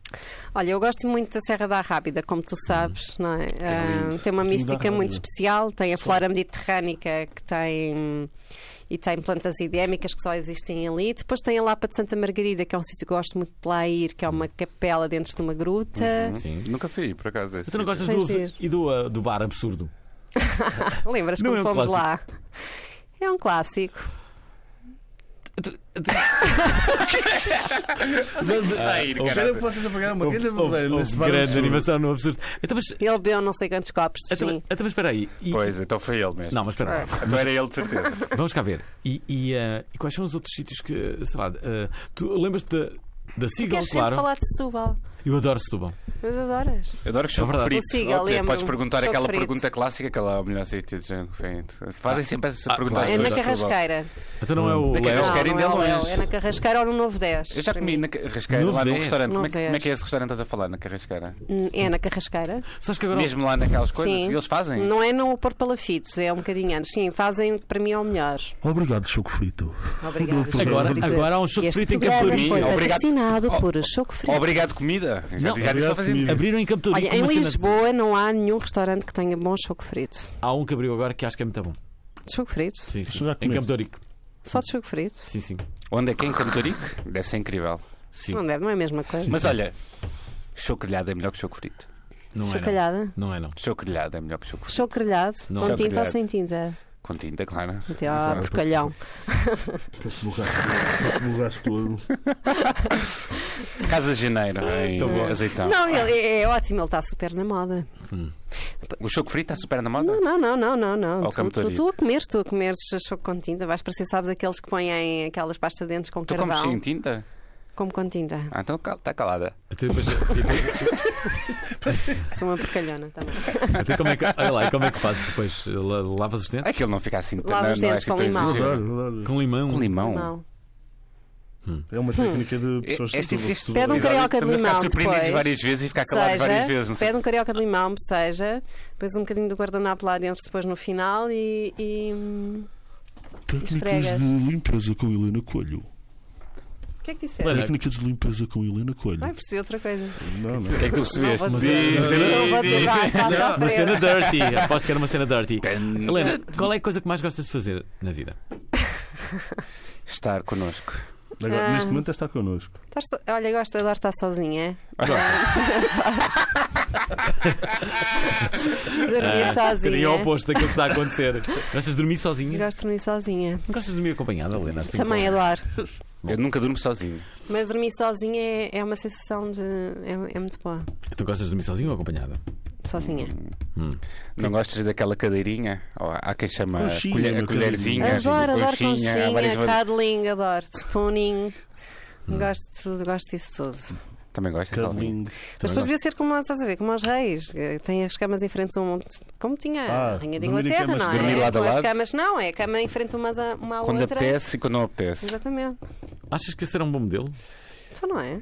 C: Olha, eu gosto muito da Serra da Rábida, como tu sabes, não é? Ah,
B: lindo.
C: tem uma mística
D: Rábida.
C: muito especial, tem a flora mediterrânica que tem e tem plantas idêmicas que só existem ali. Depois tem a Lapa de Santa Margarida, que é um sítio que eu gosto muito de lá ir, que é uma capela dentro de uma gruta.
A: Sim.
B: Nunca fui, por acaso. é assim.
A: Tu
B: esse
A: Então não gostas
C: Vais
A: do,
C: dizer.
A: e do, ah, do bar absurdo?
C: Lembras
A: Não
C: como
A: é um
C: fomos lá? É um clássico.
B: Está a ir, caralho.
D: Houve- Espera que vocês apagaram uma grande
A: Houve-
D: bandeira
A: houve
D: nesse bar
A: grande
D: absurdo.
A: animação no absurdo. Então, mas,
C: Ele bebeu não sei quantos copos de
A: então,
C: gin.
A: então, mas espera aí. E-
B: Pois, então foi ele mesmo.
A: Não, É mas espera aí.
B: Então era ele de certeza.
A: Vamos cá ver. E, e, ah, e quais são os outros sítios que, sei lá, ah, tu lembras-te da, da Seagull,
C: Queres sempre
A: claro?
C: falar de Setúbal?
A: Eu adoro Setúbal.
C: Mas adoras.
B: Adoro que choco
A: É verdade.
B: frito.
C: Consigo,
B: Ok,
C: lembro-me.
B: Podes perguntar
C: Choco
B: aquela
C: frito.
B: pergunta clássica, aquela melhor aceita de Jango Feint. Fazem sempre essa
A: Ah,
B: pergunta
A: claro.
B: às
C: É na
B: pessoas.
C: Carrasqueira.
A: Então não é o
B: Da
A: Léo?
B: Carrasqueira. Carrasqueira
C: não,
B: ainda
C: não é, o Léu,
B: longe.
C: é na Carrasqueira ou no Novo 10.
B: Eu já
C: para
B: comi
C: mim.
B: na Carrasqueira,
A: No
B: lá num
A: Vés.
B: restaurante. Como é, que-
C: No
B: como é
C: Vés.
B: que é esse restaurante que estás a falar, na Carrasqueira?
C: É na Carrasqueira?
A: Sabes que agora
B: Mesmo lá naquelas coisas?
C: Sim.
B: Eles fazem?
C: Não é no Porto Palafitos, é um bocadinho antes. Sim, fazem para mim é o melhor.
D: Obrigado, Choco Frito.
C: Obrigado.
D: Agora-
C: Choco Frito.
A: agora há um choco
C: Este
A: frito em
C: programa
A: Campo de
C: foi
B: Mim.
C: patrocinado
B: Obrigado.
C: por Choco Frito.
B: Obrigado, comida. Já,
A: Não,
B: já disse para
D: obrigado,
B: fazer.
D: comida.
A: abriram em Campo de
C: Olha,
A: Rico oh,
C: em
A: uma cena de-
C: Lisboa não há nenhum restaurante que tenha bom choco frito.
A: Há um que abriu agora que acho que é muito bom.
C: De Choco frito?
A: Sim, sim.
D: Já
A: Em
D: comeste?
A: Campo de Ourique.
C: Só de choco frito?
A: Sim, sim.
B: Onde é que é? Em Cantorique? Deve ser incrível.
A: Sim.
C: Não deve, não é a mesma coisa.
B: Mas olha, chocrilhado é melhor que choco frito.
A: Não é, não.
C: Chocalhada.
A: Não é, não.
B: Chocrilhado é melhor que choco frito.
C: Choco grelhado.
A: Não.
C: Com tinta ou
B: Chocrilhado.
C: sem tinta?
B: Com tinta, claro.
C: Até ao porcalhão.
D: Esse borracho todo.
B: Casa de Janeiro, em
A: Tá bom.
B: azeitão.
C: Não, ele é, é ótimo, ele está super na moda.
B: O choco frito está super na moda?
C: Não, não, não, não, não, não.
B: Ao
C: Tu,
B: Campo de
C: tu,
B: Ourique.
C: tu a comeres, tu a comeres choco com tinta, vais parecer, sabes, aqueles que põem aquelas pasta de dentes com
B: Tu
C: carvão.
B: comes sem tinta?
C: Como com tinta.
B: Ah, então está calada.
A: Até, depois, e depois-
C: Sou uma porcalhona também.
A: até como, é que, olha lá, e como é que fazes depois? La- Lavas os dentes?
B: Aquilo não fica assim tão
C: Lava os
B: não é
C: dentes
B: assim
C: com
B: tão
D: Eu
C: limão.
B: exagero.
D: Adoro, adoro.
A: Com limão?
B: Com limão.
C: Não.
D: É uma técnica de pessoas
B: É- Este,
D: que
B: este
C: Pede um
B: episódio
C: carioca de
B: também
C: limão
B: Ficar surpreendidos
C: depois.
B: várias vezes e ficar calado
C: Seja,
B: várias vezes. Não sei.
C: pede um carioca de limão, seja, depois um bocadinho do guardanapo lá dentro, depois no final e. e...
D: Técnicas
C: Esfregas.
D: de limpeza com Helena Coelho.
C: O que é que disseste?
A: Claro.
D: Técnica de limpeza com Helena Coelho.
C: Ai, percebi outra coisa.
D: Não, não.
B: O que é que tu percebeste?
C: Não vou
B: Diz,
C: dizer- não vou dizer,
B: diz,
C: vai, estás à
A: Uma cena
C: frente.
A: dirty. Aposto que era uma cena dirty.
B: diz.
A: Helena, qual é a coisa que mais gostas de fazer na vida?
B: Estar connosco.
D: Agora,
C: Ah.
D: Neste momento está connosco.
C: Estás so- Olha, gosto, adoro estar sozinha. Dormir
A: Seria
B: Ah,
A: o
C: sozinha.
A: oposto daquilo que está a acontecer. Ah, Gostas de dormir sozinha?
C: Gosto de dormir sozinha.
A: Não gostas de dormir acompanhada, Helena? Assim
C: Também adoro.
B: Eu nunca durmo sozinho.
C: Mas dormir sozinha é, é uma sensação de. É, é muito boa.
A: Tu gostas de dormir sozinha ou acompanhada?
C: Sozinha.
B: Não gostas daquela cadeirinha? Ou há quem chama
D: Conchinha,
B: colher-
D: meu
B: colherzinha,
C: Adoro, adoro
B: conchinha, há
C: conchinha,
B: várias vari-
C: cuddling, adoro spooning. Gosto, de tudo, gosto disso tudo.
B: Também gostas, Alvin?
D: Carlinho.
C: Mas depois devia ser como, estás a ver, como aos reis. que Têm as camas em frente um Como tinha
D: Ah,
C: a Rainha de
D: dormir em
C: Inglaterra,
D: camas-
C: não
B: dormir
C: é?
B: lado a
C: Com as
B: lado?
C: camas, não, é a cama em frente umas a, uma à
B: Quando
C: outra.
B: apetece e quando não apetece.
C: Exatamente.
A: Achas que esse era um bom modelo?
C: Então não é?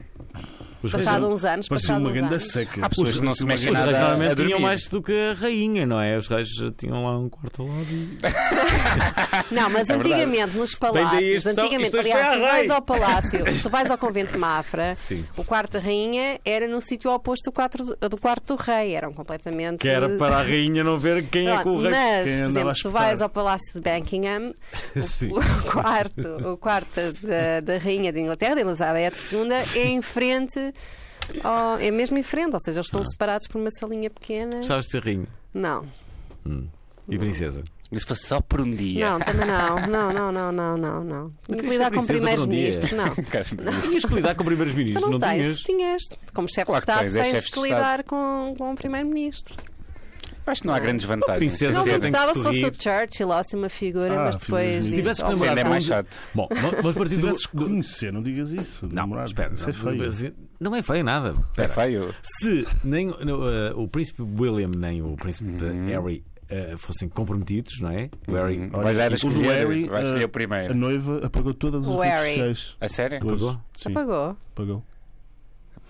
A: Os reis
C: Passado uns anos,
D: Parecia
C: passado
D: uma
C: uns
D: grande
C: anos.
D: seca.
B: Há pessoas que não se mexem
A: Os reis
B: nada a
A: normalmente
B: dormir.
A: tinham mais do que a rainha, não é? Os reis tinham lá um quarto ao lado. e-
C: Não, mas
B: É verdade.
C: antigamente nos
A: daí
C: palácios,
A: isto só-
C: antigamente,
A: isto hoje
C: aliás,
A: foi à
C: tu vais
A: rei.
C: ao palácio, se vais ao convento de Mafra,
A: Sim.
C: o quarto da rainha era no sítio oposto do quarto do, do quarto do rei, eram completamente
A: Que era para a rainha não ver quem é que o rei.
C: Mas,
D: quem
C: por
D: andava a
C: exemplo, se tu
D: espetar.
C: vais ao Palácio de Buckingham,
A: Sim.
C: o quarto, o quarto da, da Rainha de Inglaterra, de Elizabeth II, é em frente. ao- é mesmo em frente, ou seja, eles
A: Ah.
C: estão separados por uma salinha pequena.
A: Gostavas de ser rainha
C: Não,
A: e princesa.
B: Isso foi só por um dia.
C: não, também não, não, não, não, não, não, não. Tinha que
A: querias
C: lidar
A: ser
C: com
A: princesa por um dia?
C: primeiros-ministros, não.
A: Tinhas que lidar com
C: Tu
A: primeiros-ministros,
C: não,
A: não,
C: tens,
A: tinhas?
C: tinhas, como chefe
B: Claro
C: de
B: que
C: Estado,
B: tens, é
C: tens,
B: chefe de
C: que lidar com, com um o primeiro-ministro.
B: Acho que não há grandes vantagens.
A: princesa
C: Não
A: Sim,
C: me
A: é, tem que
C: gostava se fosse
A: sorrir.
C: o Churchill ou assim uma figura,
D: Ah,
C: mas
D: figuras
C: depois. "Oh,
D: mesmo.
A: Se tivesse que
B: Sim,
C: disse,
A: namorar
B: ainda é
A: com
B: mais
A: um-
B: chato.
A: Bom, vamos partir do.
D: Tivesses que conhecer, não digas isso.
A: Não,
D: Namorar.
A: espera,
D: Isso é
A: não,
D: feio.
A: não é feio nada.
B: É
A: Espera.
B: feio.
A: Se nem no, eh, o príncipe William nem o príncipe Harry eh, fossem comprometidos, não é? O Harry
B: Vais dar a
D: o
B: Hum,
D: do Harry,
B: escolher. Vais escolher o
D: eh, A
B: primeiro.
D: noiva apagou todas as
C: O
D: redes
C: Harry.
D: sociais.
B: A sério?
D: Hoje.
A: Apagou?
D: Sim,
C: Apagou. Ah,
D: apagou.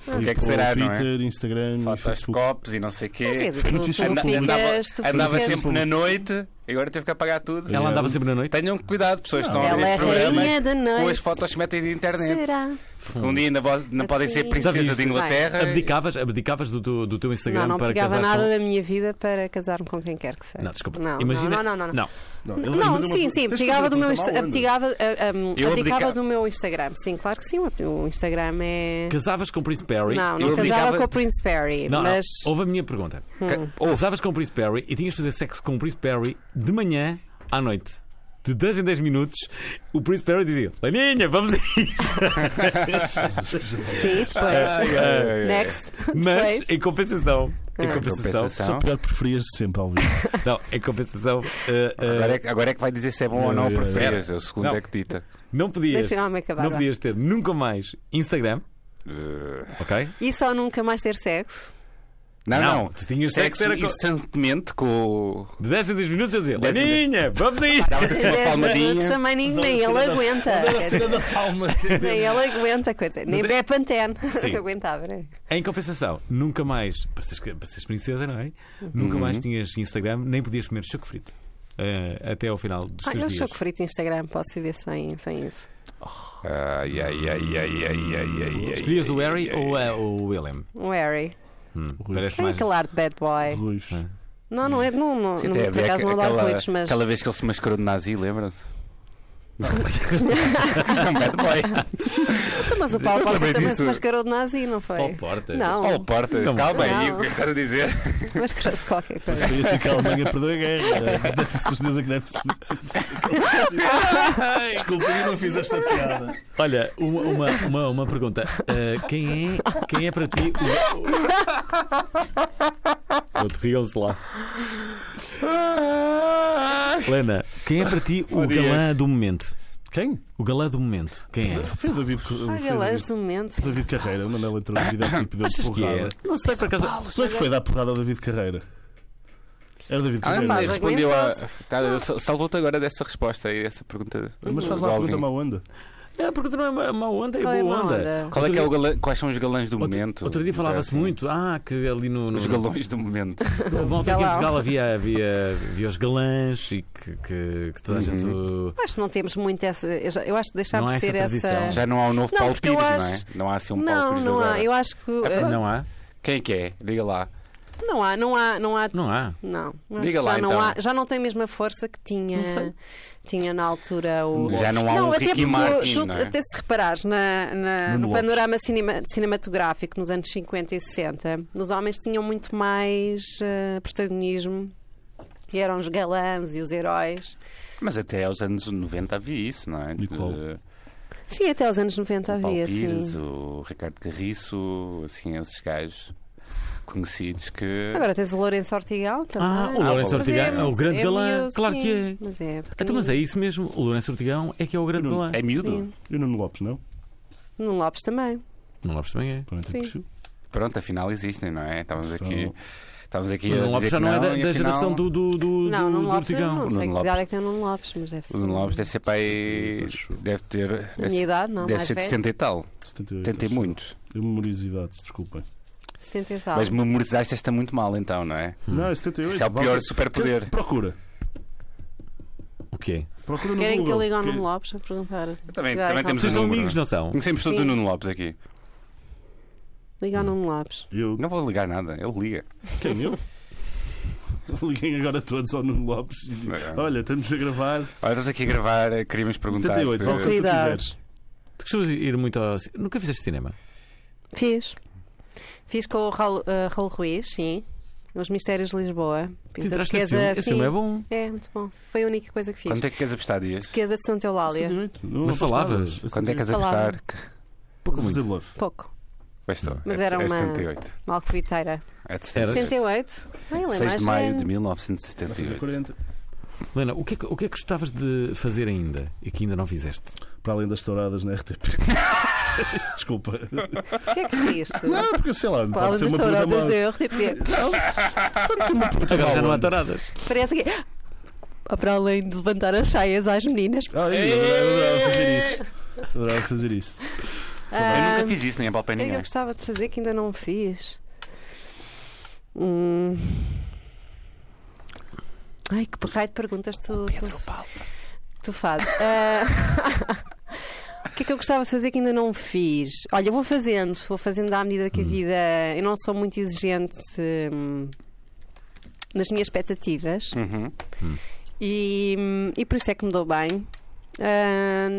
B: O É. que é que
D: Foi
B: será, não é?
D: Twitter, Instagram, e
B: Fotos de
D: Facebook.
B: copos e não sei o quê.
C: Quer dizer, tu, tu
D: Anda-
C: ficas-
B: andava
C: tu
B: andava
C: ficas-
B: sempre na noite e agora teve que apagar tudo.
A: Ela andava sempre na noite?
B: Tenham cuidado, pessoas que estão a
C: Ela
B: ver
C: é
B: este programa.
C: rainha da
B: Com as
C: noite.
B: fotos que metem de internet.
C: Será?
B: Um dia ainda vo- não podem ser
C: Já
B: princesa
A: viste? Ah,
B: de Inglaterra.
A: Abdicavas, abdicavas do, teu- do teu Instagram
C: Não, não
A: para
C: pegava
A: casares
C: nada
A: com...
C: da minha vida para casar-me com quem quer que seja.
A: Não, desculpa.
C: Não,
A: Imagina...
C: não, não, não, não.
D: Não, ele-
C: Não,
D: mas é
C: sim,
D: uma-
C: sim,
D: tens de
C: abdicava
D: fazer
C: do,
B: um
C: meu
D: uma
C: Insta-
D: pergunta má
C: abdicava,
D: onda.
C: ah, um,
B: Eu
C: abdicava
B: abdicava.
C: do meu Instagram. Sim, claro que sim. O Instagram é.
A: Casavas com o príncipe Harry?
B: Eu
C: Não, não
B: abdicava-
C: casava com o Prince Perry,
A: Não, não.
C: mas. Hum.
A: Houve a minha pergunta.
B: Ca-
A: Casavas com o príncipe Harry e tinhas de fazer sexo com o príncipe Harry de manhã à noite. De 10 em 10 minutos, o príncipe Harry dizia: Leninha, vamos a isto.
C: Sim, depois.
B: Ai, ai, ai, ai.
C: Next.
A: Mas,
C: Depois.
A: em compensação, em
C: Ah.
A: compensação,
B: Compensação.
D: Só pior que preferias sempre, Alvin.
A: não, em compensação, eh, eh,
B: Agora é, que- agora é que vai dizer se é bom ou não
D: Ai, ai, ai.
B: preferes. O segundo
A: Não.
B: é que dita.
A: não podias,
C: Deixa-me acabar.
A: não
C: vá.
A: podias ter nunca mais Instagram,
B: Uh,
A: ok?
C: E só nunca mais ter sexo?
B: Não,
A: Não,
B: não.
A: tu tinhas sexo
B: sexo
A: era com-
B: incessantemente com o.
A: De 10 em 10 minutos a dizer:
B: 10 em 10.
A: Leninha, vamos a isto.
B: Dava-te assim uma
C: Dez minutos
B: palmadinha.
C: também nem, nem ele aguenta. Nem ele aguenta, coisa. Nem
A: Mas é-
C: Bé Pantene
A: Sim.
C: aguentava. né?
A: Em compensação, nunca mais, para seres, para seres princesa, não é? Nunca
D: Uhum.
A: mais tinhas Instagram, nem podias comer choco frito. eh, até ao final dos
C: Ah,
A: teus
C: eu
A: dias.
C: sou que frito Instagram, posso viver sem, sem isso.
B: Ai, ai, ai, ai, ai, ai, ai, ai.
A: Escolhias o Harry ou eh, o William?
C: O Um Harry.
A: Hum,
D: Rui.
A: parece
C: Quem é
A: mais.
C: aquele ar de bad boy?
B: É.
D: Ruiz.
C: Não, não é. Não, não,
B: Sim,
C: não,
B: tem a
C: por
B: ver
C: acaso não
B: aquela-
C: adoro ruídos, mas.
B: Aquela vez que ele se mascarou de nazi, lembra-se? Não. um bad boy.
C: Então, Mas o
B: Eu
C: Paulo Portas
B: lembrei
C: também
B: disso.
C: se mascarou de nazi, não foi?
A: Paulo Portas.
C: Não,
B: Paulo Portas,
A: Não.
B: calma aí,
C: Não.
B: o que é que estás a dizer?
C: mascarou-se qualquer coisa.
D: Foi assim que a Alemanha perdeu a guerra. Deve certeza que deve ser. Desculpa, eu não fiz esta piada.
A: Olha, uma, uma, uma, uma pergunta. Eh, quem, é, quem é para ti o. Outro riam-se lá. Helena, quem é para ti o
B: Dias.
A: galã do momento?
D: Quem?
A: O galã do momento, quem é?
D: Foi o David, foi o
C: Ah, galãs do momento.
D: David Carreira. Quando ela entrou no videoclipe deu
A: Achas que é?
D: porrada.
A: Não sei, por acaso.
D: Como é que foi dar porrada ao David Carreira? Era o David
B: Ah,
D: Carreira.
B: mas
C: aguenta.
B: respondeu a. Tá, eu sal- Salvou-te agora dessa resposta aí, dessa pergunta.
D: mas
B: do
D: faz lá uma
B: Alvin.
D: pergunta má onda.
A: É, porque não é má- má onda, é
C: Qual é
A: boa
C: má
A: onda.
C: onda?
B: Qual é que é o galã- Quais são os galãs do
A: Outro,
B: momento?
A: outro dia falava-se
B: Assim,
A: muito, ah, que ali no. no
B: Os galões do momento.
A: Bom, aqui em
C: Galão.
A: Portugal havia, havia, havia os galãs e que, que, que toda a gente.
B: Uhum.
C: Acho que não temos muito essa. Eu já- eu acho que
A: Não
C: deixámos
A: há
C: de ter
A: essa tradição.
C: essa.
B: Já não há um novo
C: Não,
B: Paulo
C: porque eu
B: Pires,
C: acho-
B: não é? Não há assim um Paulo
C: Não,
B: Pires
C: não há.
B: agora.
C: Eu acho que. eh,
A: Não há?
B: Quem é que é? Diga lá.
C: Não há, não há, não há.
A: Não há.
C: Não, Eu acho
B: Diga
C: que
B: lá,
C: já não
B: então.
C: há, já não tem a mesma força que tinha, tinha na altura o
B: Já não há um
C: até
B: Ricky
C: porque
B: Martin,
C: tu-
B: não é?
C: até se reparares na- na-
D: Nuno
C: no
D: Lopes.
C: panorama cinema- cinematográfico nos anos 50 e 60, os homens tinham muito mais eh, protagonismo e eram os galãs e os heróis.
B: Mas até aos anos 90 havia isso, não é?
D: Nicole.
B: De-
C: Sim, até aos anos 90
B: o Paulo
C: havia,
B: Pires,
C: sim.
B: o Ricardo Carriço, assim, esses gajos conhecidos que.
C: Agora tens o Lourenço Ortigal também.
A: Ah, o
B: Ah,
A: Lourenço
B: Paulo.
A: Ortigão é o
C: muito-
A: grande galã.
C: miúdo,
A: claro que
C: sim,
A: é.
C: Mas é,
A: Então, mas é isso mesmo, o Lourenço Ortigão é que é o grande galã.
B: É miúdo?
D: E o Nuno Lopes, não?
C: No Lopes também.
A: Não Lopes também é.
D: Pronto, é
C: Sim.
D: possível.
B: Pronto, afinal existem, não é? Estávamos aqui.
D: Então-
B: Estávamos aqui a
A: O Lopes
B: dizer
A: já
B: que
A: não é da,
B: e
A: da
B: afinal,
A: geração do, do, do,
C: Não,
A: do,
C: no
A: do
C: Lopes eu
A: Ortigão.
C: não
B: Nuno
C: sei que
B: Lopes.
C: idade é que tem o Nuno Lopes, mas deve ser.
B: O Nuno Lopes deve ser pai.
D: Acho.
B: Deve ter.
C: Na
B: Deve,
C: minha idade, não,
B: deve
C: mais
B: ser de
C: velho.
B: 70 e tal.
D: 78,
B: 70 e
D: acho.
B: muitos.
D: Eu memorizo idades, desculpem.
C: 70 e tal.
B: Mas memorizaste esta muito mal, então, não é?
D: Não, é 78.
B: Isso é o
D: vá.
B: pior superpoder.
D: Que- Procura.
A: O quê?
D: Procura no
C: Querem que eu
D: Google,
C: ligue ao
D: que-
C: Nuno Lopes a perguntar?
B: Também,
C: Já,
B: também
C: então.
B: temos
A: Vocês
B: um
A: são
B: número.
A: amigos, não são?
B: Conhecemos todos
C: Sim.
B: o Nuno Lopes aqui.
C: Liga ao Nuno Lopes.
D: Eu...
B: Não vou ligar nada, ele liga.
D: Quem eu? Liguem agora todos ao Nuno Lopes e digo,
B: Não.
D: Olha, estamos a gravar
B: Olha, estamos aqui a gravar, eh, queríamos perguntar.
D: 78, vale o que tu
C: Cuidado.
D: quiseres.
A: Tu costumas ir muito ao. ci- Nunca fizeste cinema?
C: Fiz. Fiz com o Raul, eh, Raul Ruiz, sim. Os Mistérios de Lisboa.
A: Tu
C: Fiz a
A: entraste nesse
C: Duquesa,
A: filme? Esse
C: sim.
A: filme é bom.
C: É, muito bom. Foi a única coisa que fiz.
B: Quanto é que queres apostar, Dias?
C: Duquesa de Santa Eulália.
D: 78, não
A: Mas
D: faz nada.
A: falavas?
B: Quanto é que queres
C: Falava.
B: apostar? é
D: Pouco muito. Love.
C: Pouco.
B: Bastou.
C: Mas
B: é,
C: era
B: é
C: uma-
B: 78.
C: Uma alcoviteira.
B: É de
A: Era?
C: 78? Ah, ele é
B: 6
C: mais
B: de maio
C: velho.
B: de
D: Vai fazer
B: 1978.
D: 40.
A: Lena, o que, é que, o que é que gostavas de fazer ainda e que ainda não fizeste?
D: Para além das touradas na RTP. Desculpa.
C: O que é que riste?
D: Não, porque sei lá, pode
C: Fala
D: ser
C: das
D: uma coisa
C: é touradas
D: má.
C: da RTP.
A: Agora já não há
D: onda.
A: toradas.
C: Parece que. Para além de levantar as saias às meninas.
D: Ah, eu adorava
C: É.
D: fazer isso. Adorava fazer isso.
B: Eu
C: Ah,
B: nunca fiz isso, nem a pau para
C: O que é que eu
B: ninguém.
C: gostava de fazer que ainda não fiz? Hum. Ai, que raio de perguntas tu, tu, tu fazes. Ah, o que é que eu gostava de fazer que ainda não fiz? Olha, eu vou fazendo, vou fazendo à medida que a vida. Eu não sou muito exigente hum, nas minhas expectativas.
B: Uhum.
C: E, hum, e por isso é que me dou bem. Ah,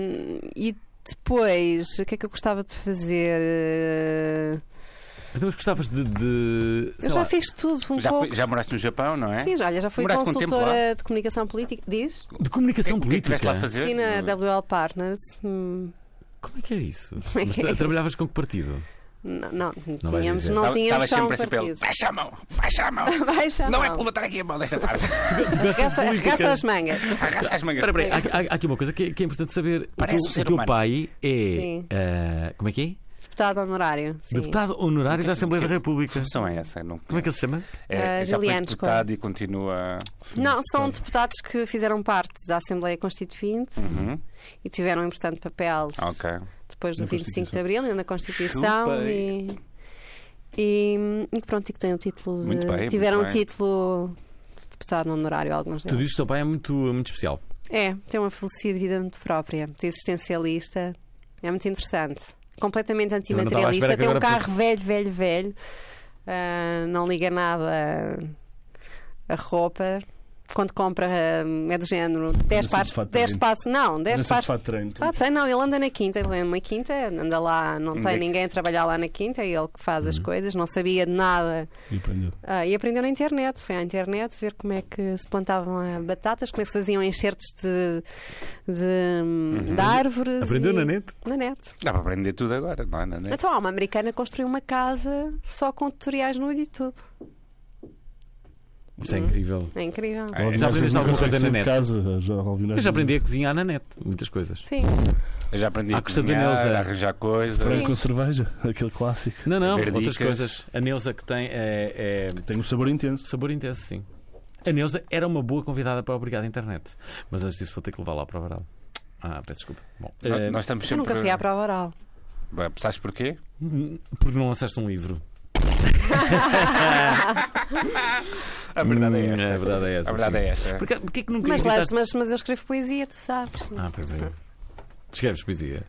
C: e depois, o que é que eu gostava de fazer?
A: Então, mas gostavas de. de sei
C: eu já
A: lá,
C: fiz tudo um
B: Já,
C: pouco.
B: foi- já moraste no Japão, não é?
C: Sim, já, olha, já fui
B: Moraste quanto tempo
C: consultora de comunicação política. Diz?
A: de comunicação
B: O que é que
A: política.
B: estiveste lá a fazer?
C: Sim, na WL Partners. Hum,
A: Como é que é isso?
C: é
A: Mas
C: que é?
A: tra- trabalhavas com que partido?
C: não, não,
A: vais
C: tínhamos,
A: dizer.
C: não
B: Tava-
C: tínhamos só um
B: sempre assim para ele.
C: partido.
B: Baixa a mão, baixa a mão.
C: Baixa a
B: Não é
C: mão.
B: para levantar aqui a mão desta parte.
C: Arregaça, arregaça as mangas.
B: Arrasta as mangas.
A: Espera, espera, há, há- há aqui uma coisa que é, que é importante saber. O
B: Parece
A: teu-
B: um ser
A: o teu
B: humano.
A: pai é.
C: Sim.
A: ah, como é que é?
C: Deputado honorário. Sim.
A: Deputado honorário da Assembleia da
B: Que
A: República.
B: função é essa? Não...
A: Como é que ele se chama?
B: É,
C: Ah,
B: já foi
C: Juliano
B: deputado e continua.
C: Não, são deputados que fizeram parte da Assembleia Constituinte
B: Uhum.
C: e tiveram um importante papel
B: Ok.
C: depois do 25 de
D: Na Constituição.
C: Abril e na Constituição.
B: Chupa aí.
C: E, e, e pronto, e que tem o título de.
B: Muito bem, muito
C: tiveram o
B: bem.
C: título de deputado honorário, alguns
A: Tu
C: deles.
A: dizes que o teu pai é muito, muito especial.
C: É, tem uma filosofia de vida muito própria, muito existencialista. É muito interessante. Completamente
A: Também não estava à espera
C: antimaterialista.
A: que
C: Tem um
A: agora
C: carro velho, velho, velho. Ah, não liga nada a roupa. Quando compra, ah, é do género 10
D: de
C: pares.
D: fato
C: 10
D: treino.
C: passos. Não, 10
D: Era sempre
C: pares.
D: fato de treino.
C: Ah, tem, não, ele anda na quinta, ele anda na quinta, anda lá, não
B: Onde é
C: tem
B: que-
C: ninguém a trabalhar lá na quinta, é ele que faz
A: Uhum.
C: as coisas, não sabia de nada.
D: E aprendeu.
C: Ah, e aprendeu na internet, foi à internet ver como é que se plantavam ah, batatas, como é que se faziam enxertos de, de, de árvores.
A: Uhum. Aprendeu
C: e-
A: na net?
C: Na net.
B: Dá para aprender tudo agora, não é? Não é?
C: Então, há uma americana construiu uma casa só com tutoriais no YouTube.
A: Isso é
B: Uhum.
A: incrível.
C: É incrível.
B: Ah, é.
A: Já aprendeste alguma coisa na net?
D: Casa, já,
A: Eu já aprendi a cozinhar na net, muitas coisas.
C: Sim, Então-
B: Eu já aprendi
A: À
B: a
A: custa da
B: cozinhar,
A: Neuza.
B: a arranjar coisas.
D: Frango com cerveja, aquele clássico.
A: Não, não,
B: Ver
A: outras
B: dicas.
A: coisas. A Neuza que tem é, é
D: Tem um sabor intenso.
A: sabor intenso, sim. A Neuza era uma boa convidada para o Obrigado à Internet. Mas antes disso vou ter que levá-la ao Provaral. Ah, peço desculpa. Bom.
B: No-
A: Eh,
B: Nós estamos
C: Eu
B: sempre.
C: nunca fui à prova oral.
B: Bem, Sabes porquê?
A: Porque não lançaste um livro.
B: A verdade é
A: Hum,
B: esta.
A: A verdade é essa.
B: A verdade
A: sim.
B: é esta.
A: Porquê, porquê que nunca
C: Mas,
A: editaste-
C: Lance, mas, mas eu escrevo poesia, tu sabes.
A: Ah, pois é. Escreves poesia.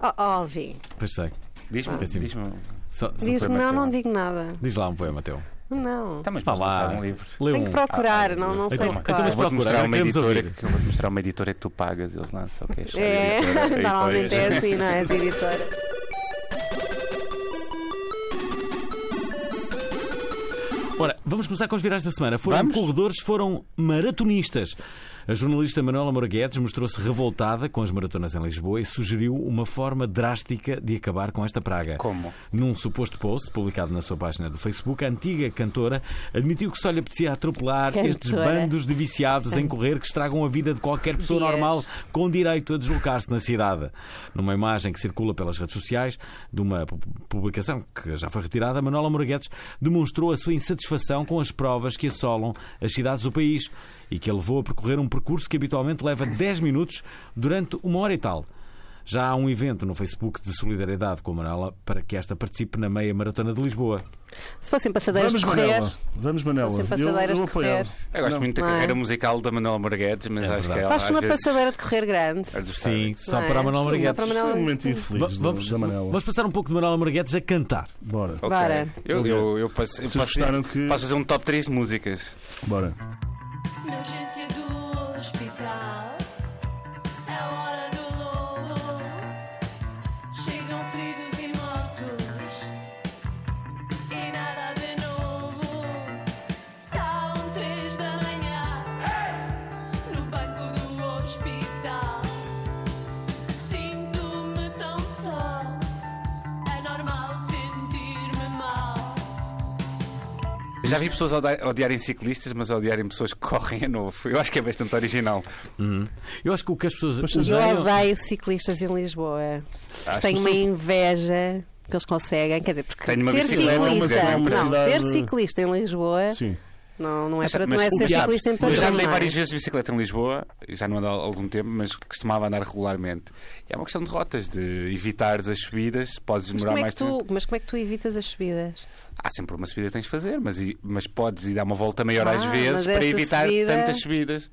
C: Oh, oh, vi.
A: Pois sei.
B: Diz-me.
A: Péssimo.
B: Diz-me.
A: Só- só-
C: Diz,
B: foi
C: não,
B: Marcelo.
C: não digo nada.
A: Diz lá um poema, teu.
C: Não.
B: Tá, mas
A: Vá
B: podes
A: lá.
B: lançar um livro.
A: Lê
C: Tenho que
A: um.
C: procurar, não, não sei
A: então-
C: de
A: então, mas
C: cor.
B: vou-te
A: procura,
B: mostrar
A: agora
B: uma
A: queremos
B: editora
A: ouvir.
B: que, eu vou-te mostrar uma editora que tu pagas e eles lançam. ok? Esta
C: É,
B: editora,
C: normalmente
B: editora.
C: é assim, não é? As editoras.
A: Ora, vamos começar com os virais da semana. Foram corredores, foram maratonistas. A jornalista Manuela Moraguetes mostrou-se revoltada com as maratonas em Lisboa e sugeriu uma forma drástica de acabar com esta praga.
B: Como?
A: Num suposto post publicado na sua página do Facebook, a antiga cantora admitiu que só lhe apetecia atropelar
C: Cantora.
A: estes bandos de viciados em correr que estragam a vida de qualquer pessoa
C: Yes.
A: normal com direito a deslocar-se na cidade. Numa imagem que circula pelas redes sociais de uma pu- publicação que já foi retirada, Manuela Moraguetes demonstrou a sua insatisfação com as provas que assolam as cidades do país e que a levou a percorrer um percurso que habitualmente leva 10 minutos durante uma hora e tal. Já há um evento no Facebook de solidariedade com a Manuela para que esta participe na meia maratona de Lisboa.
C: Se fossem passadeiras
D: Vamos,
C: de correr.
D: Manela. Vamos, Manela.
C: Você
D: Eu,
C: passadeiras
D: eu
C: de correr.
D: apoiava.
B: Eu gosto muito da
C: Não é?
B: carreira musical da Manuela Marguedes, mas acho que
A: É verdade.
B: ela.
C: Faz-se
B: Então, às
C: uma
B: vezes,
C: passadeira de correr grande.
B: é dos
A: Sim,
B: tardes.
A: só
C: não é?
A: para a Manuela
C: Sim, dá
A: Marguetes.
C: para a Manuela
D: Foi um momento infeliz
A: Va- Vamos,
D: da, da Manela.
A: vamos passar um pouco de Manuela Marguetes a cantar.
D: Bora,
B: Ok.
C: Bora.
B: Eu, eu, eu posso, eu
D: Se
B: posso,
D: gostaram que-
B: posso fazer um top 3 de músicas.
D: bora.
F: Na urgência do hospital É hora do lobo Chegam feridos e mortos E nada de novo São três da manhã No banco do hospital Sinto-me tão só É normal sentir-me mal
B: Já vi pessoas odi- odiarem ciclistas, mas odiarem pessoas que correm é novo. Eu acho que é bastante original.
A: Eu acho que o que as pessoas. é
C: Eu
A: odeiam-
C: odeio ciclistas em Lisboa.
B: Acho
C: Tenho
B: que
C: uma inveja que eles conseguem. Quer dizer, porque
B: Tenho uma
C: ser
B: bicicleta, mas
C: ciclista.
B: é uma
C: não,
D: cidade-
C: ser ciclista em Lisboa
D: Sim.
C: não, não é,
B: Mas-
C: para, não
B: mas
C: é
B: o
C: ser
B: diabo-
C: ciclista em
B: Eu já
C: padrão,
B: andei
C: não é?
B: várias vezes de bicicleta em Lisboa, já não ando há algum tempo, mas costumava andar regularmente. E é uma questão de rotas, de evitar as subidas, podes
C: Mas
B: demorar
C: como, é
B: mais
C: que tu,
B: tempo.
C: mas como é que tu evitas as subidas?
B: Há sempre uma subida que tens de fazer, mas, i- mas podes ir dar uma volta maior às
C: Ah, mas
B: vezes para
C: essa
B: evitar
C: subida-
B: tantas subidas.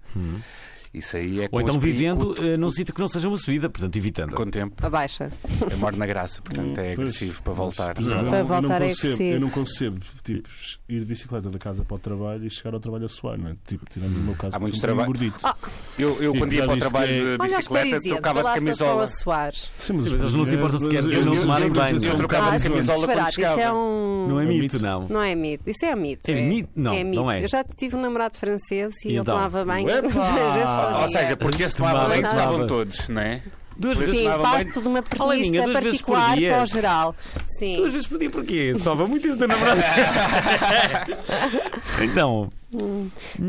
B: Isso aí é com
A: Ou então
B: os perigo-
A: vivendo eh, num sítio que não seja uma subida, portanto, evitando.
B: com o tempo.
C: Abaixa.
B: Eu moro na graça, portanto é
D: Hum. Pois,
B: agressivo para voltar.
D: Mas, eu,
C: Para
D: não, eu, não
C: voltar é
D: concebo,
C: agressivo.
D: eu não concebo tipo, ir de bicicleta da casa para o trabalho e chegar ao trabalho a suar, não é? Tipo, tirando o meu caso,
B: Há
D: que
B: muitos
D: sou um bocadinho
A: Ah,
B: traba-
D: gordito.
B: Eu, eu
D: Sim,
B: quando ia
D: já
B: para o
D: disse
B: trabalho de
C: Olha os
B: bicicleta,
C: parisienses,
B: trocava
C: vá
B: de
C: lá, só falam
B: camisola.
C: a suar.
D: Sim, mas,
A: Sim, mas eles não se importam sequer que eles não
D: Eu- eu-
A: tomarem
D: eu-
A: banho.
D: eu-
B: Eu
D: eu-
B: trocava de
C: isso é um
B: camisola quando
C: disparate, isso é
B: chegava.
C: um...
A: Não é mito,
D: mito.
A: não.
C: Não é mito, isso é mito.
A: É mito? Não,
C: é mito.
A: não é.
C: Eu já tive um namorado francês e,
A: E
C: ele
A: então?
C: tomava bem.
D: Uepa!
B: Ah, Ou seja, porque se tomava
A: Tomava.
B: bem, tomavam
A: Tomava.
B: todos, não é?
A: Duas
B: Por
A: vezes,
C: Sim,
B: tomava
C: parte
B: banho-
C: de uma
A: Alaninha,
C: premissa
A: duas vezes por
C: particular
A: dia.
C: para o geral. Sim.
A: duas vezes por dia, porquê? Salva muito isso da namorada. então,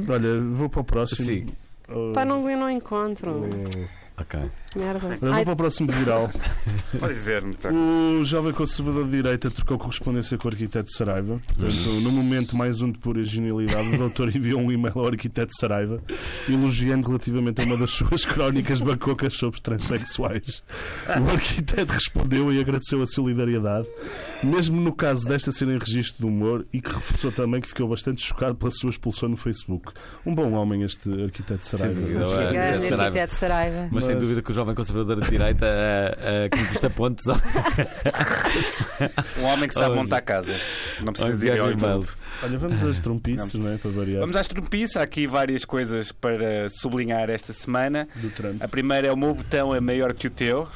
D: Olha, vou para o próximo.
A: sim.
D: Oh,
C: Pá, não, eu não encontro.
D: oh.
A: Ok.
C: Merda. Ai,
D: Olha, vou para o próximo viral.
B: Pode dizer-me. tá.
D: O jovem conservador de direita trocou correspondência com o arquiteto Saraiva. Portanto,
A: Hum.
D: no momento mais um de pura genialidade, o doutor enviou um e-mail ao arquiteto Saraiva elogiando relativamente a uma das suas crónicas bacocas sobre transexuais. O arquiteto respondeu e agradeceu a solidariedade, mesmo no caso desta ser em registro de humor e que reforçou também que ficou bastante chocado pela sua expulsão no Facebook. Um bom homem este arquiteto Saraiva.
A: Sem dúvida, é.
C: grande
A: Saraiva.
C: arquiteto Saraiva.
A: Mas sem
D: Mas-
A: dúvida que o jovem conservador de direita ah, ah, conquista pontos ao
B: Um homem que sabe
A: Olha.
B: montar casas. Não precisa de ir
A: enviar
B: ao e-mail.
A: e-mails.
D: Olha, vamos às trompices, não é? Para variar.
B: Vamos às trompiças. Há aqui várias coisas para sublinhar esta semana.
D: Do Trump.
B: A primeira é o meu botão é maior que o teu.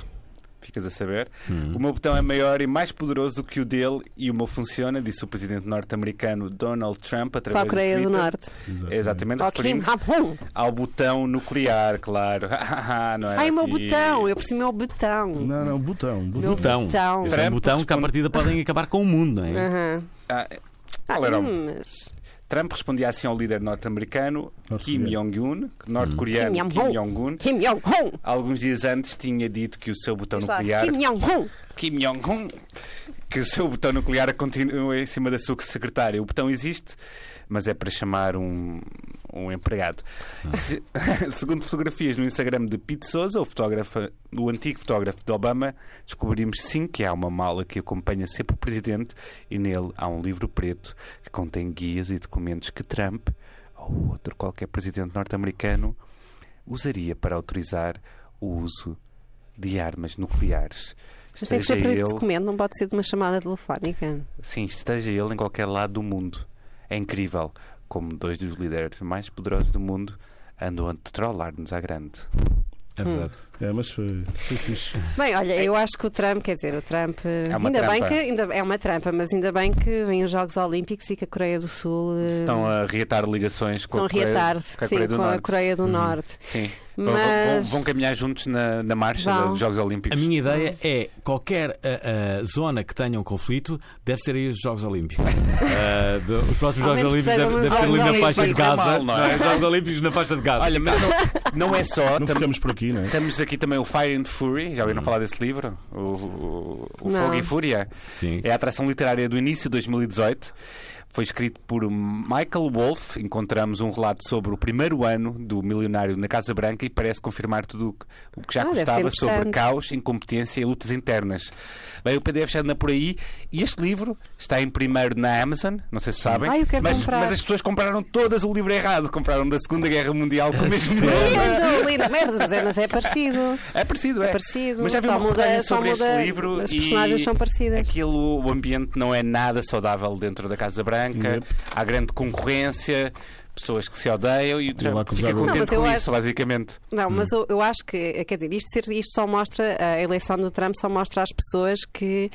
B: Ficas a saber. O meu botão é maior e mais poderoso do que o dele e o meu funciona, disse o presidente norte-americano Donald Trump através
C: Para a Coreia
B: do,
C: do
B: Twitter.
C: Norte.
A: É,
C: Ah,
B: Exatamente,
C: Ao Kim
B: referindo-se
C: Jong-un.
B: ao botão nuclear, claro. Não era
C: Ai, meu
B: aqui.
C: botão, eu percebi meu botão.
D: Não, não, botão. um botão.
C: Meu
A: Botão.
C: botão. Uhum.
A: Esse é um
B: Trump
A: botão que à
B: responde-
A: partida podem acabar com o mundo, não é?
C: Aham.
B: Ah,
C: Ah,
B: qual era o-
C: mas-
B: Trump respondia assim ao líder norte-americano Kim
D: Norte-coreano.
B: Jong-un, norte-coreano
C: Kim
B: Kim
C: Jong-un.
B: Jong-un.
C: Kim Jong-un.
B: Alguns dias antes tinha dito que o seu botão
C: Diz lá,
B: Então, nuclear
C: Kim Jong-un.
B: Kim Jong-un que o seu botão nuclear continua em cima da sua secretária. O botão existe, mas é para chamar um, um empregado. Se- segundo fotografias no Instagram de Pete Souza, o, fotógrafo, o antigo fotógrafo de Obama, descobrimos sim que há uma mala que acompanha sempre o presidente e nele há um livro preto que contém guias e documentos que Trump ou outro qualquer presidente norte-americano usaria para autorizar o uso de armas nucleares.
C: Mas tem que ser para esse documento, não pode ser de uma chamada telefónica.
B: Sim, esteja ele em qualquer lado do mundo. É incrível como dois dos líderes mais poderosos do mundo andam a trollar-nos à grande.
A: É verdade.
D: É, mas foi, foi fixe.
C: Bem, olha, eu acho que o Trump, quer dizer, o Trump.
B: É uma
C: ainda bem
B: trampa.
C: que ainda, É uma trampa, mas ainda bem que vêm os Jogos Olímpicos e que a Coreia do Sul. eh,
B: Estão a reatar ligações com
C: estão
B: a Coreia,
C: reatar
B: com a
C: sim,
B: Coreia do
C: com
B: Norte. Uhum.
C: a Coreia do Norte.
B: Sim. Vão- Vão,
C: Mas.
B: vão caminhar juntos na, na marcha
C: Vão.
B: dos Jogos
A: A
B: Olímpicos.
A: minha ideia é qualquer ah, ah, zona que tenha um conflito deve ser aí os Jogos Olímpicos. Ah, de- os próximos
C: Ao
A: Jogos
C: menos que
A: Olímpicos
C: sejam
A: devem
C: uns
A: deve ser ali
C: Jogos
A: na
C: Olímpicos.
A: faixa de Gaza.
B: Mal, não é?
A: Os Jogos Olímpicos na faixa de Gaza.
B: Olha, mas não, não é
C: Ah,
B: só.
D: Não
B: tam-
D: ficamos por aqui, não é?
B: Temos aqui também o Fire and Fury. Já
A: Hum.
B: ouviram falar desse livro? O, o- o
C: Não.
B: Fogo e Fúria.
A: Sim.
B: É a atração literária do início de 2018. Foi escrito por Michael Wolff. Encontramos um relato sobre o primeiro ano do milionário na Casa Branca e parece confirmar tudo o que- o que já
C: Ah, deve ser
B: custava sobre
C: interessante.
B: caos, incompetência e lutas internas. Bem, o PDF já anda por aí e este livro está em primeiro na Amazon. Não sei se sabem,
C: Ah, eu quero
B: mas,
C: comprar.
B: mas as pessoas compraram todas o livro errado. Compraram da Segunda Guerra Mundial com o mesmo nome.
C: Lindo, lindo, merda, mas é, mas é parecido.
B: É parecido, é.
C: É parecido,
B: Mas já vi
C: só
B: uma
C: muda-
B: reportagem
C: só
B: sobre este
C: muda-
B: livro
C: as
B: e
C: personagens são parecidas.
B: Aquilo, o ambiente não é nada saudável dentro da Casa Branca.
D: Yep.
B: Há grande concorrência, pessoas que se odeiam e o
D: lá
B: Trump
D: acusar
B: fica
D: o outro.
B: contente
C: Não, mas eu
B: com
C: acho-
B: isso, basicamente.
C: Não, mas
B: Uhum.
C: eu, eu acho que, eh, quer dizer, isto, ser- isto só mostra, eh, a eleição do Trump só mostra às pessoas que.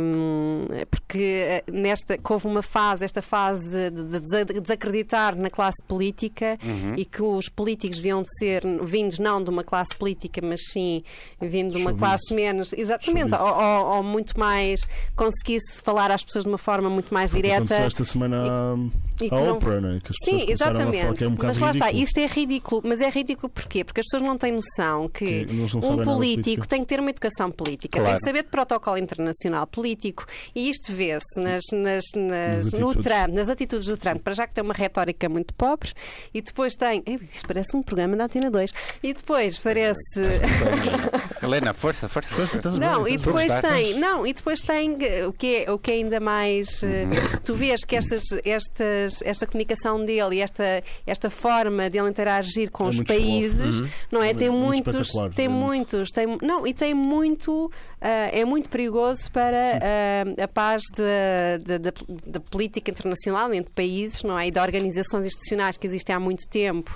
C: hum, porque eh, nesta que houve uma fase, esta fase de de- de desacreditar na classe política
B: Uhum.
C: e que os políticos deviam de ser vindos não de uma classe política, mas sim vindo de uma
D: Showbiz.
C: classe menos, exatamente,
D: Showbiz.
C: ou, ou- ou muito mais conseguisse falar às pessoas de uma forma muito mais direta.
D: Aconteceu esta semana à
C: e que
D: à
C: não-
D: ópera, não é? Que as pessoas
C: Sim,
D: começaram a falar
C: exatamente.
D: que é um bocado
C: mas lá está,
D: ridículo.
C: isto é ridículo. Mas é ridículo porquê? Porque as pessoas não têm noção que,
D: Que eles não sabem
C: um
D: nada de política.
C: político tem que ter uma educação política, tem que saber de protocolo internacional político. E isto vê-se nas, nas, nas-
D: Nas
C: no
D: atitudes.
C: Trump, nas atitudes do Trump, para já que tem uma retórica muito pobre, e depois tem. Ei, Isto parece um programa da Atena 2. E depois parece.
B: Helena, força, força.
D: estás
C: Não,
D: bem,
C: e
D: estás
C: depois
B: Vamos dar,
C: tem, não, e depois tem eh, o que é, o que é ainda mais eh,
D: Uhum.
C: tu vês que estas, estas, esta comunicação dele e esta, esta forma de ele interagir com
D: É
C: os
D: muito
C: países, não é? Tem
D: Muito
C: muitos,
D: espetacular,
C: tem
D: é muito.
C: muitos, tem, não, e tem muito, ah, é muito perigoso para ah, a paz da- da- da da política internacional entre países, não é? E de organizações institucionais que existem há muito tempo,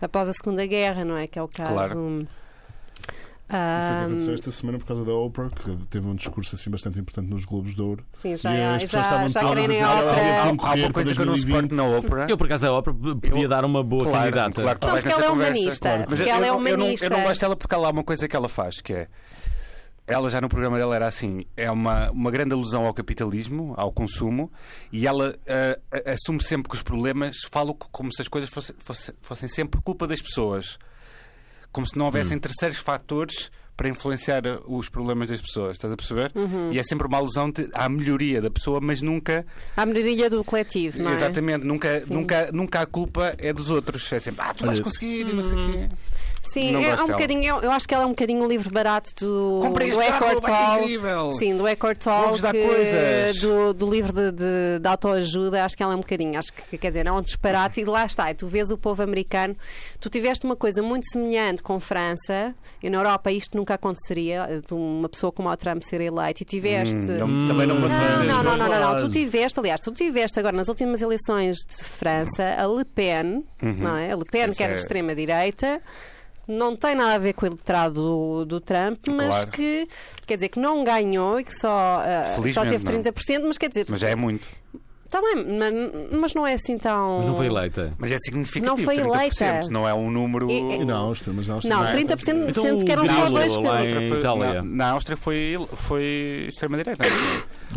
C: após a Segunda Guerra, não é? Que é o caso.
B: Claro.
D: Isso é que
C: ah,
D: aconteceu esta semana por causa da Oprah, que teve um discurso assim bastante importante nos Globos de Ouro.
C: Sim, já,
D: E as pessoas
C: já,
D: estavam
C: já
D: todas
C: querem
D: a dizer,
C: a
D: "Olha,
B: Há,
D: olha,
C: ópera.
D: Vamos
B: há uma
D: correr
B: coisa
D: para
B: que eu não
D: 2020.
B: suporto na ópera.
A: Eu, por acaso, a ópera p- podia dar uma boa
B: Claro,
A: candidata.
B: claro que tu
C: Não,
B: vais
C: porque
B: nessa
C: ela é
B: conversa.
C: humanista,
B: Mas
C: porque
B: eu,
C: ela é
B: eu não- eu não,
C: humanista.
B: eu não gosto dela porque ela há uma coisa que ela faz, que é. Ela já no programa dela era assim, é uma, uma grande alusão ao capitalismo, ao consumo, e ela ah, a- assume sempre que os problemas falam co- como se as coisas fosse- fosse- fossem sempre culpa das pessoas. Como se não houvessem
A: Hum.
B: terceiros fatores para influenciar eh, os problemas das pessoas, estás a perceber?
C: Uhum.
B: E é sempre uma alusão de- à melhoria da pessoa, mas nunca
C: À melhoria do coletivo, não é?
B: Exatamente, nunca, nunca, nunca a culpa é dos outros. É sempre, ah, tu vais conseguir e não sei
C: Uhum.
B: o quê.
C: Sim,
B: Não
C: é,
B: gosto
C: um
B: dela.
C: bocadinho, eu, eu acho que ela é um bocadinho um livro barato do,
B: Comprei este
C: do
B: carro,
C: Eckhart
B: vai ser
C: Tolle.
B: incrível.
C: Sim, do Eckhart Tolle,
B: Vou-vos dar
C: que-
B: coisas.
C: do, do livro de, de, de autoajuda, acho que ela é um bocadinho, acho que quer dizer, é um disparate e lá está, e tu vês o povo americano, tu tiveste uma coisa muito semelhante com França, e na Europa isto nunca aconteceria, eh, de uma pessoa como o Trump ser eleito, e tiveste
D: Hum, é
B: Não- Hum, também não me
C: Não,
B: afeta.
C: Ah, não, não, não, não,
D: Mas-
C: Tu tiveste, aliás, tu tiveste agora nas últimas eleições de França a Le Pen, não é? A Le Pen,
B: Isso
C: que era
B: Uhum. é-
C: de extrema-direita. Não tem nada a ver com o eleitorado do, do Trump, mas
B: Claro.
C: que quer dizer que não ganhou e que só, ah, só
B: Felizmente,
C: teve
B: não.
C: 30%, mas quer dizer,
B: Mas já é muito.
C: tá bem, mas, mas não é assim tão.
A: Mas não foi eleita.
B: Mas é significativo.
C: Não foi
B: 30%,
C: eleita.
B: Não é um número.
C: E- e-
D: E Na Áustria, mas na Áustria.
C: Não,
D: é.
C: 30%
A: Então,
C: sendo que eram
A: o
C: só
A: Grilo
C: dois
A: lá
C: pelo-
A: em
B: Foi-
A: Itália.
B: na, na Áustria foi, foi extrema-direita.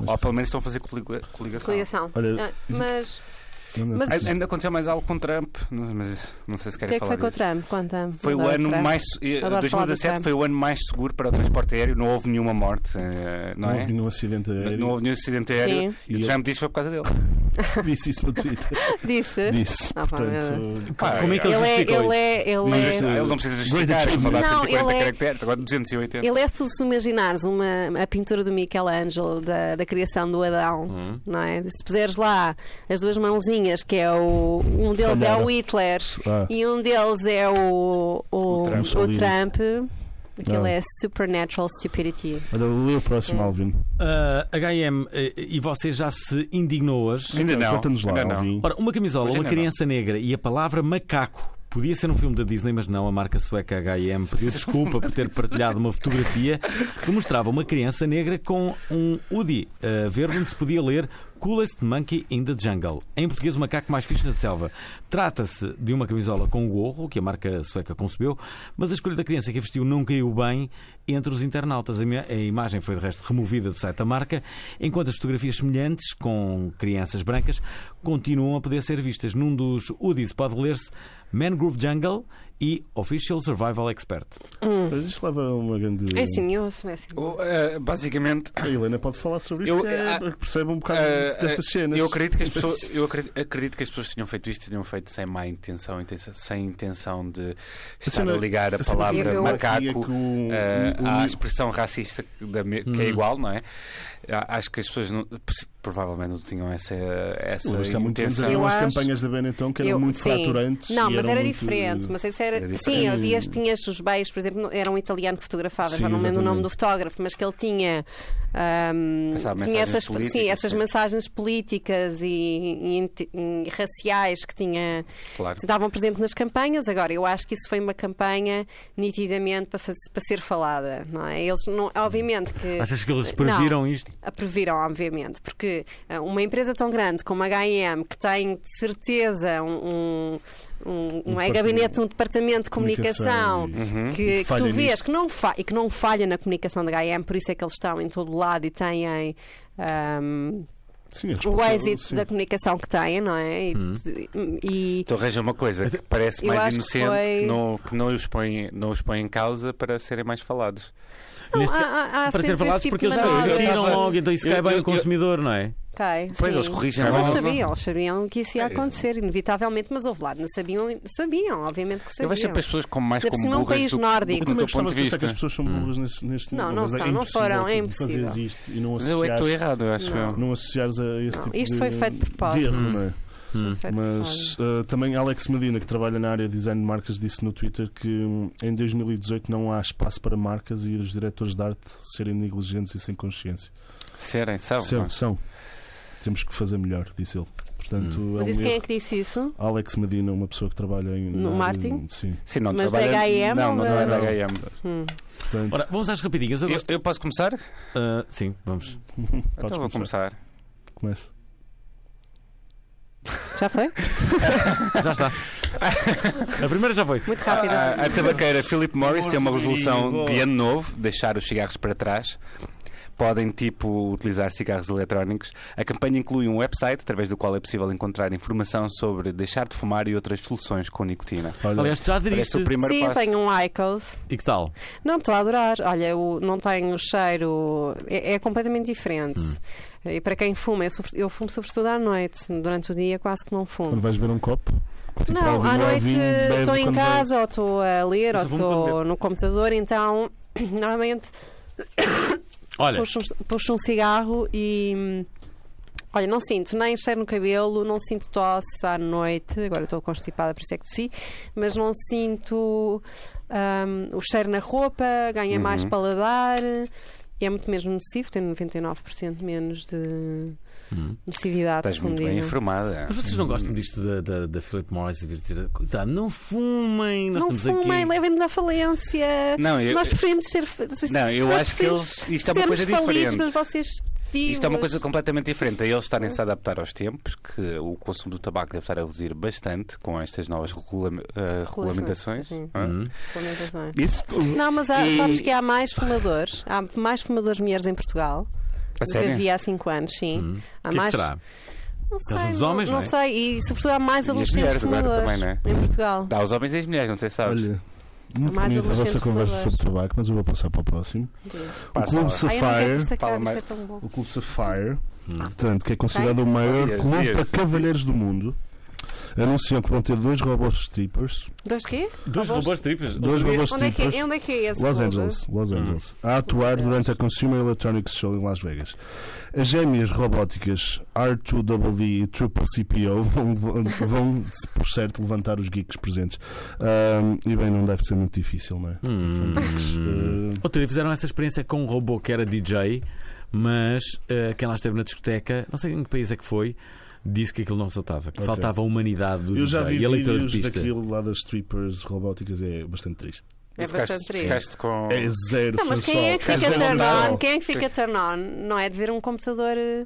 B: Ou pelo menos estão a fazer coliga- coligação.
A: Ah,
C: Coligação.
D: Olha,
C: Ah, Mas
D: Não, não.
C: Mas
B: Ai- Ainda aconteceu mais algo com Trump, não- mas isso- não sei se
C: o que
B: querem
C: é que
B: falar
C: foi com o
B: disso.
C: Trump? Conta-me.
B: Foi o
C: Adoro
B: ano
C: Trump.
B: mais. eh,
C: Adoro falar do
B: 2017
C: Trump.
B: foi o ano mais seguro para o transporte aéreo. Não houve nenhuma morte, eh, não,
D: Não
B: é?
D: houve nenhum acidente aéreo.
B: Não houve nenhum acidente aéreo.
C: Sim.
B: E o
D: E
B: Trump disse que foi por causa dele.
D: Disse isso no Twitter.
C: Disse?
D: Disse.
C: Ah, pá,
D: Portanto,
B: Pá,
A: Como é que ele
C: Ele é,
A: justificou
C: ele
A: isso?
C: é,
D: Mas
C: ele
D: isso-
C: é,
B: Ele não precisa justificar,
D: Great
B: ele só dá
C: achievement.
B: 140
C: Não, ele é-
B: caracteres, agora 280.
C: ele é se se imaginares uma, a pintura do Michelangelo da, da criação do Adão, não é? Se puseres lá as duas mãozinhas, que é o. Um deles é o
D: Fandara.
C: Hitler
D: Ah.
C: e um deles é o. O, o
B: Trump.
C: Trump. Aquilo
D: Não.
C: é supernatural stupidity.
D: Olha, lê o próximo, Alvin.
A: Ah, HM, eh, e você já se indignou hoje?
B: Ainda não.
D: Então, Conta-nos lá,
B: ainda não.
D: Alvin.
A: Ora, uma camisola,
B: Hoje
A: uma
B: ainda
A: criança negra e a palavra macaco. Podia ser um filme da Disney, mas não. A marca sueca H&M pediu desculpa por ter partilhado uma fotografia que mostrava uma criança negra com um hoodie eh, verde onde se podia ler Coolest Monkey in the Jungle. Em português, o macaco mais fixe na selva. Trata-se de uma camisola com gorro, que a marca sueca concebeu, mas a escolha da criança que a vestiu não caiu bem entre os internautas. A minha- a imagem foi, de resto, removida do site da marca, enquanto as fotografias semelhantes, com crianças brancas, continuam a poder ser vistas. Num dos UDIs pode ler-se Mangrove Jungle e Official Survival Expert.
D: Mas isto leva a uma grande.
C: É sinhoso, não é sinhoso.
B: O, eh, basicamente,
D: A Helena pode falar sobre isto,
B: Eu-
D: que é- que percebe um bocado
B: eh,
D: dessas
B: eh,
D: cenas.
B: eu, acredito que as pessoas, eu acredito, acredito que as pessoas tinham feito isto, tinham feito sem má intenção, intenção- sem intenção de estar
D: cena-
B: a ligar a
D: a cena
B: palavra
C: que eu-
B: macaco
D: que o- um-
B: eh,
D: o-
B: à
D: o-
B: expressão racista que, da me- que é igual, não é? Ah, Acho que as pessoas não- provavelmente não tinham essa, essa
D: Mas é há muitos anos
B: intenção.
D: havia
C: Eu
D: umas
C: acho-
D: campanhas da Benetton que eram
C: Eu-
D: muito
C: sim.
D: fraturantes.
C: Não,
D: e
C: mas
D: eram
C: era
D: muito-
C: diferente. Mas isso era.
B: Era diferente.
C: sim, havias, tinhas os beios, por exemplo, não- era um italiano que fotografava,
D: Sim,
C: já não me lembro o nome
D: exatamente.
C: do fotógrafo, mas que ele tinha. ahm,
B: Passava
C: tinha
B: mensagens
C: essas,
B: políticas,
C: sim, essas
B: sim.
C: mensagens políticas e, e inti- e raciais que tinha.
B: Claro.
C: que davam presente nas campanhas. Agora, eu acho que isso foi uma campanha nitidamente para, faz- para ser falada, não é? Eles não. Obviamente que.
A: Achas que eles previram isto?
C: A previram, obviamente, porque ah, uma empresa tão grande como a HM, que tem de certeza um, um, um- não é,
D: departamento-
C: gabinete, um departamento de
B: Uhum.
C: comunicação,
B: Hum?
D: Comunicação e-
C: que,
D: e
C: que
D: falha
C: tu vês
D: nisto.
C: que não, fa e que não falha na comunicação da HM, por isso é que eles estão em todo lado e têm. ahm,
D: Sim, a
C: o
D: responsável-
C: êxito
D: sim.
C: da comunicação que têm, não é? E, e-
B: Então arranja uma coisa que parece
C: Eu acho
B: mais
C: que
B: inocente,
C: foi-
B: que, não, que não, os põe, não os põe em causa para serem mais falados.
C: não,
A: Neste-
C: então, há- há- há
A: Para
C: sempre
A: ser falados
C: esse tipo
A: porque
C: de
A: eles
C: manobras.
A: tiram
B: Eu-
A: logo, então isso
B: eu-
A: cai bem
B: eu-
A: ao consumidor, não é?
C: Ok,
B: Pois
C: sim.
B: eles corrigem
C: Mas eles
B: logo.
C: sabiam, eles sabiam que isso ia acontecer, inevitavelmente, mas houve lá, não sabiam, sabiam, obviamente que sabiam.
B: Eu vejo sempre as pessoas como mais
C: Ainda por
B: como
C: cima é um
B: burras
C: país
B: do,
D: Eu
B: do
C: nórdico.
D: também
B: teu ponto
D: gostava
B: de
D: de pensar
B: vista.
D: que
B: Uhum.
D: as pessoas são burras neste, neste
C: Não,
D: nível,
C: não
D: mas
C: são,
D: é
C: não
D: impossível
C: foram, é
D: tu fazeres
C: impossível.
D: isto e não
B: Mas eu é que
D: associares,
B: estou errado, eu acho
C: Não.
B: eu.
D: não associares a esse
C: Não,
D: tipo
C: isto
D: de,
C: foi feito de propósito.
D: de erro, não é?
C: Foi de
D: Mas eh, também Alex Medina, que trabalha na área de design de marcas, disse no Twitter que hum, em 2018 não há espaço para marcas e os diretores de arte serem negligentes e sem consciência.
B: Serem, sabem?
D: São, são. Temos que fazer melhor, disse ele. Portanto, é
B: Hum.
C: Mas
D: um
C: isso
D: erro.
C: quem é que disse isso?
D: Alex Medina, uma pessoa que trabalha em,
C: No
D: na área de-
C: marketing?
D: Sim.
B: Sim, não
C: Mas da
B: trabalha.
C: H&M
B: não, não,
C: ou
B: não é
D: da-
B: da HM.
C: Hum.
D: Portanto,
A: Ora, vamos às rapidinhas. Eu
B: Eu,
A: gosto-
B: eu posso começar?
A: Ah, sim, vamos.
D: podes
B: então vou começar.
D: Começa.
C: Já foi?
A: Já está. A primeira já foi.
C: Muito rápido.
B: Ah, A, a tabaqueira Philip Morris tem uma resolução de ano novo: deixar os cigarros para trás. Podem, tipo, utilizar cigarros eletrónicos. A campanha inclui um website através do qual é possível encontrar informação sobre deixar de fumar e outras soluções com nicotina.
D: Olha,
A: Aliás, tu já
B: Parece o
A: aderiste.
B: primeiro
C: Sim,
B: passo.
C: tenho um Icos.
A: E que tal?
C: Não, estou a adorar. Olha, o, não tenho o cheiro. É, é completamente diferente. E para quem fuma, eu, sobre- eu fumo sobretudo à noite. Durante o dia quase que não
D: quando
C: fumo.
D: vais beber um copo, tipo,
C: Não,
D: Alvin,
C: à noite eh,
D: Alvin, bebe
C: estou em
D: quando vai-
C: casa ou estou a ler
A: Eu
C: ou
A: só fumo quando
C: estou
A: bebo.
C: no computador, então normalmente
B: É.
A: Olha,
C: puxo, um- puxo um cigarro e. hum, Olha, não sinto nem cheiro no cabelo, não sinto tosse à noite, agora estou constipada, por isso é que tossi, mas não sinto hum, o cheiro na roupa, ganha mais
B: Uhum.
C: paladar e é muito menos nocivo, tem 99% menos de nocividade,
B: Estás Hum. muito
C: segundo
B: bem
C: dizem.
B: informada.
A: mas vocês não gostam disto da- da da Philip Morris e vir dizer: cuidado, não fumem, nós
C: Não
A: estamos aqui.
C: fumem, levem-nos à falência.
B: Não, eu,
C: Nós preferimos ser. f-
B: não, eu
C: nós
B: acho que eles. Isto é uma
C: sermos
B: coisa
C: falidos,
B: diferente.
C: mas vocês
B: Isto é uma coisa
C: vivos.
B: completamente diferente. A Eles estarem-se a adaptar aos tempos, que o consumo do tabaco deve estar a reduzir bastante com estas novas regula- eh, regulamentações.
C: sim.
B: Hã?
A: Hum.
C: Complementações.
B: Isso,
C: Não, mas há,
B: E-
C: sabes que há mais fumadores, há mais fumadores mulheres em Portugal
B: a
C: do que
B: sério?
C: havia há 5 anos, sim.
A: Hum. O que é
C: Há
A: que
C: mais.
A: será?
C: Não sei.
A: causa dos homens,
C: não,
A: não é?
C: sei. E sobretudo há mais
B: E as
C: adolescentes
B: mulheres agora
C: fumadores
B: também, Tá.
C: em Portugal.
B: Dá aos homens e às mulheres, não sei se sabes.
D: Olha, muito
C: Mais
D: bonita a vossa
C: adolescentes
D: conversa
C: fumadores.
D: sobre tabaco, mas eu vou passar para o próximo.
B: Passa
D: o
B: lá.
D: Clube
C: Ai, eu não quero que
D: Sapphire,
C: isto acabe,
B: Fala
C: isto é
B: mais.
C: tão bom.
D: o Clube Sapphire, portanto, que é considerado o maior
B: Dias,
D: clube
B: dias.
D: para cavalheiros do mundo, anunciam que vão ter dois robôs strippers.
C: Dois quê?
A: Dois robôs triplos.
D: Dois robôs
C: Onde é, que
D: strippers.
C: é, onde é que é esse?
D: Los
C: clube?
D: Angeles, Los Angeles, a atuar durante a Consumer Electronics Show em Las Vegas. As gêmeas robóticas R2DD e Triple CPO vão, vão, vão, se por certo, levantar os geeks presentes. Ahm, e bem, não deve ser muito difícil, não é? São geeks. eh,
A: Outro dia fizeram essa experiência com um robô que era DJ, mas eh, quem lá esteve na discoteca, não sei em que país é que foi, disse que aquilo não soltava, que
D: Ok.
A: faltava a humanidade do
D: eu já
A: DJ
D: vi
A: e a leitura de
D: vídeos
A: pista.
D: daquilo lá das strippers robóticas é bastante triste.
C: É bastante
B: Ficaste,
C: triste.
B: ficaste com.
D: É zero
C: Não, mas quem é que
D: sensual.
C: fica
B: Quer dizer,
C: turn
B: sensual.
C: on? Quem é que fica turn on? Não é de ver um computador eh,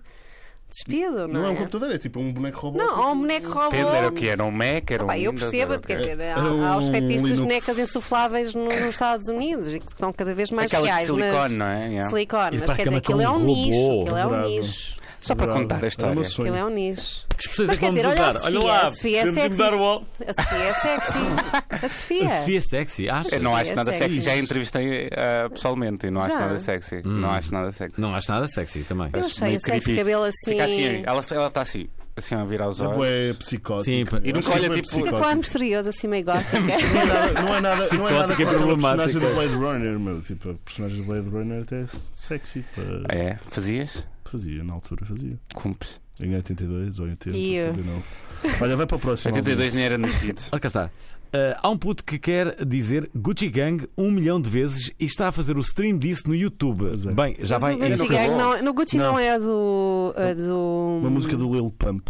C: despido, não,
D: Não é um
C: é?
D: computador, é tipo um boneco robótico.
C: Não, ou um boneco robô.
B: Depende, era o que era um Mac, era um.
C: Pá, eu
B: Windows,
C: percebo, é
B: era o quê?
C: quer dizer, há,
D: Era um
C: há os fetiches
D: Linux.
C: de bonecas insufláveis no- nos Estados Unidos e que estão cada vez mais
B: Aquelas de
C: reais. mas...
B: silicone, não é? Yeah.
C: Silicone,
A: E
C: mas
A: repara
C: quer
A: que é
C: dizer,
A: uma
C: aquilo é um
A: com robô.
C: nicho. Aquilo é um
D: Adorava.
C: nicho.
B: Só para
D: Adorava.
B: contar a
D: Era
B: história.
D: meu
C: Aquilo
D: sonho.
C: é um nicho.
A: Que expressões
C: Mas
A: é que
C: quer
A: vamos
C: dizer, olha
A: usar?
C: a Sofia,
A: olha lá,
C: a Sofia é
A: temos de
C: sexy.
A: mudar o wall.
C: A Sofia é sexy. A
A: A
C: Sofia.
A: Sofia é sexy, acho.
B: Eu não acho nada
C: é Sexy.
B: sexy. Já entrevistei ah, pessoalmente e não acho
C: Já?
B: nada sexy. Não acho nada sexy.
A: Não acho nada sexy também.
C: Eu achei
B: meio
C: a sexy,
B: creepy.
C: cabelo assim.
B: Fica assim, ela ela
C: tá
B: está assim, assim a virar os olhos.
D: É psicótico.
A: Sim, pá.
B: E nunca
D: Acho que
B: olha,
D: é
B: tipo,
C: Fica
D: psicótico.
C: quase misterioso, assim meio gótica.
D: Não é nada, não é nada
A: Psicótica
D: com aquela
A: problemática.
D: personagem do Blade Runner, meu. Tipo, a personagem do Blade Runner até é sexy. pá.
B: É, fazias?
D: Fazia, na altura fazia.
B: Cumpres.
D: Em 82, 80,
C: E eu?
D: 79. Olha, vai para o próximo.
B: 82 nem era nascido.
A: Olha cá está. Ah, há um puto que quer dizer Gucci Gang um milhão de vezes e está a fazer o stream disso no YouTube.
D: Pois é.
A: Bem, já vai
C: Mas o Gucci
A: em-
C: Gang não- no Gucci não,
D: Não.
C: é do, é do.
D: Uma música do Lil Pump,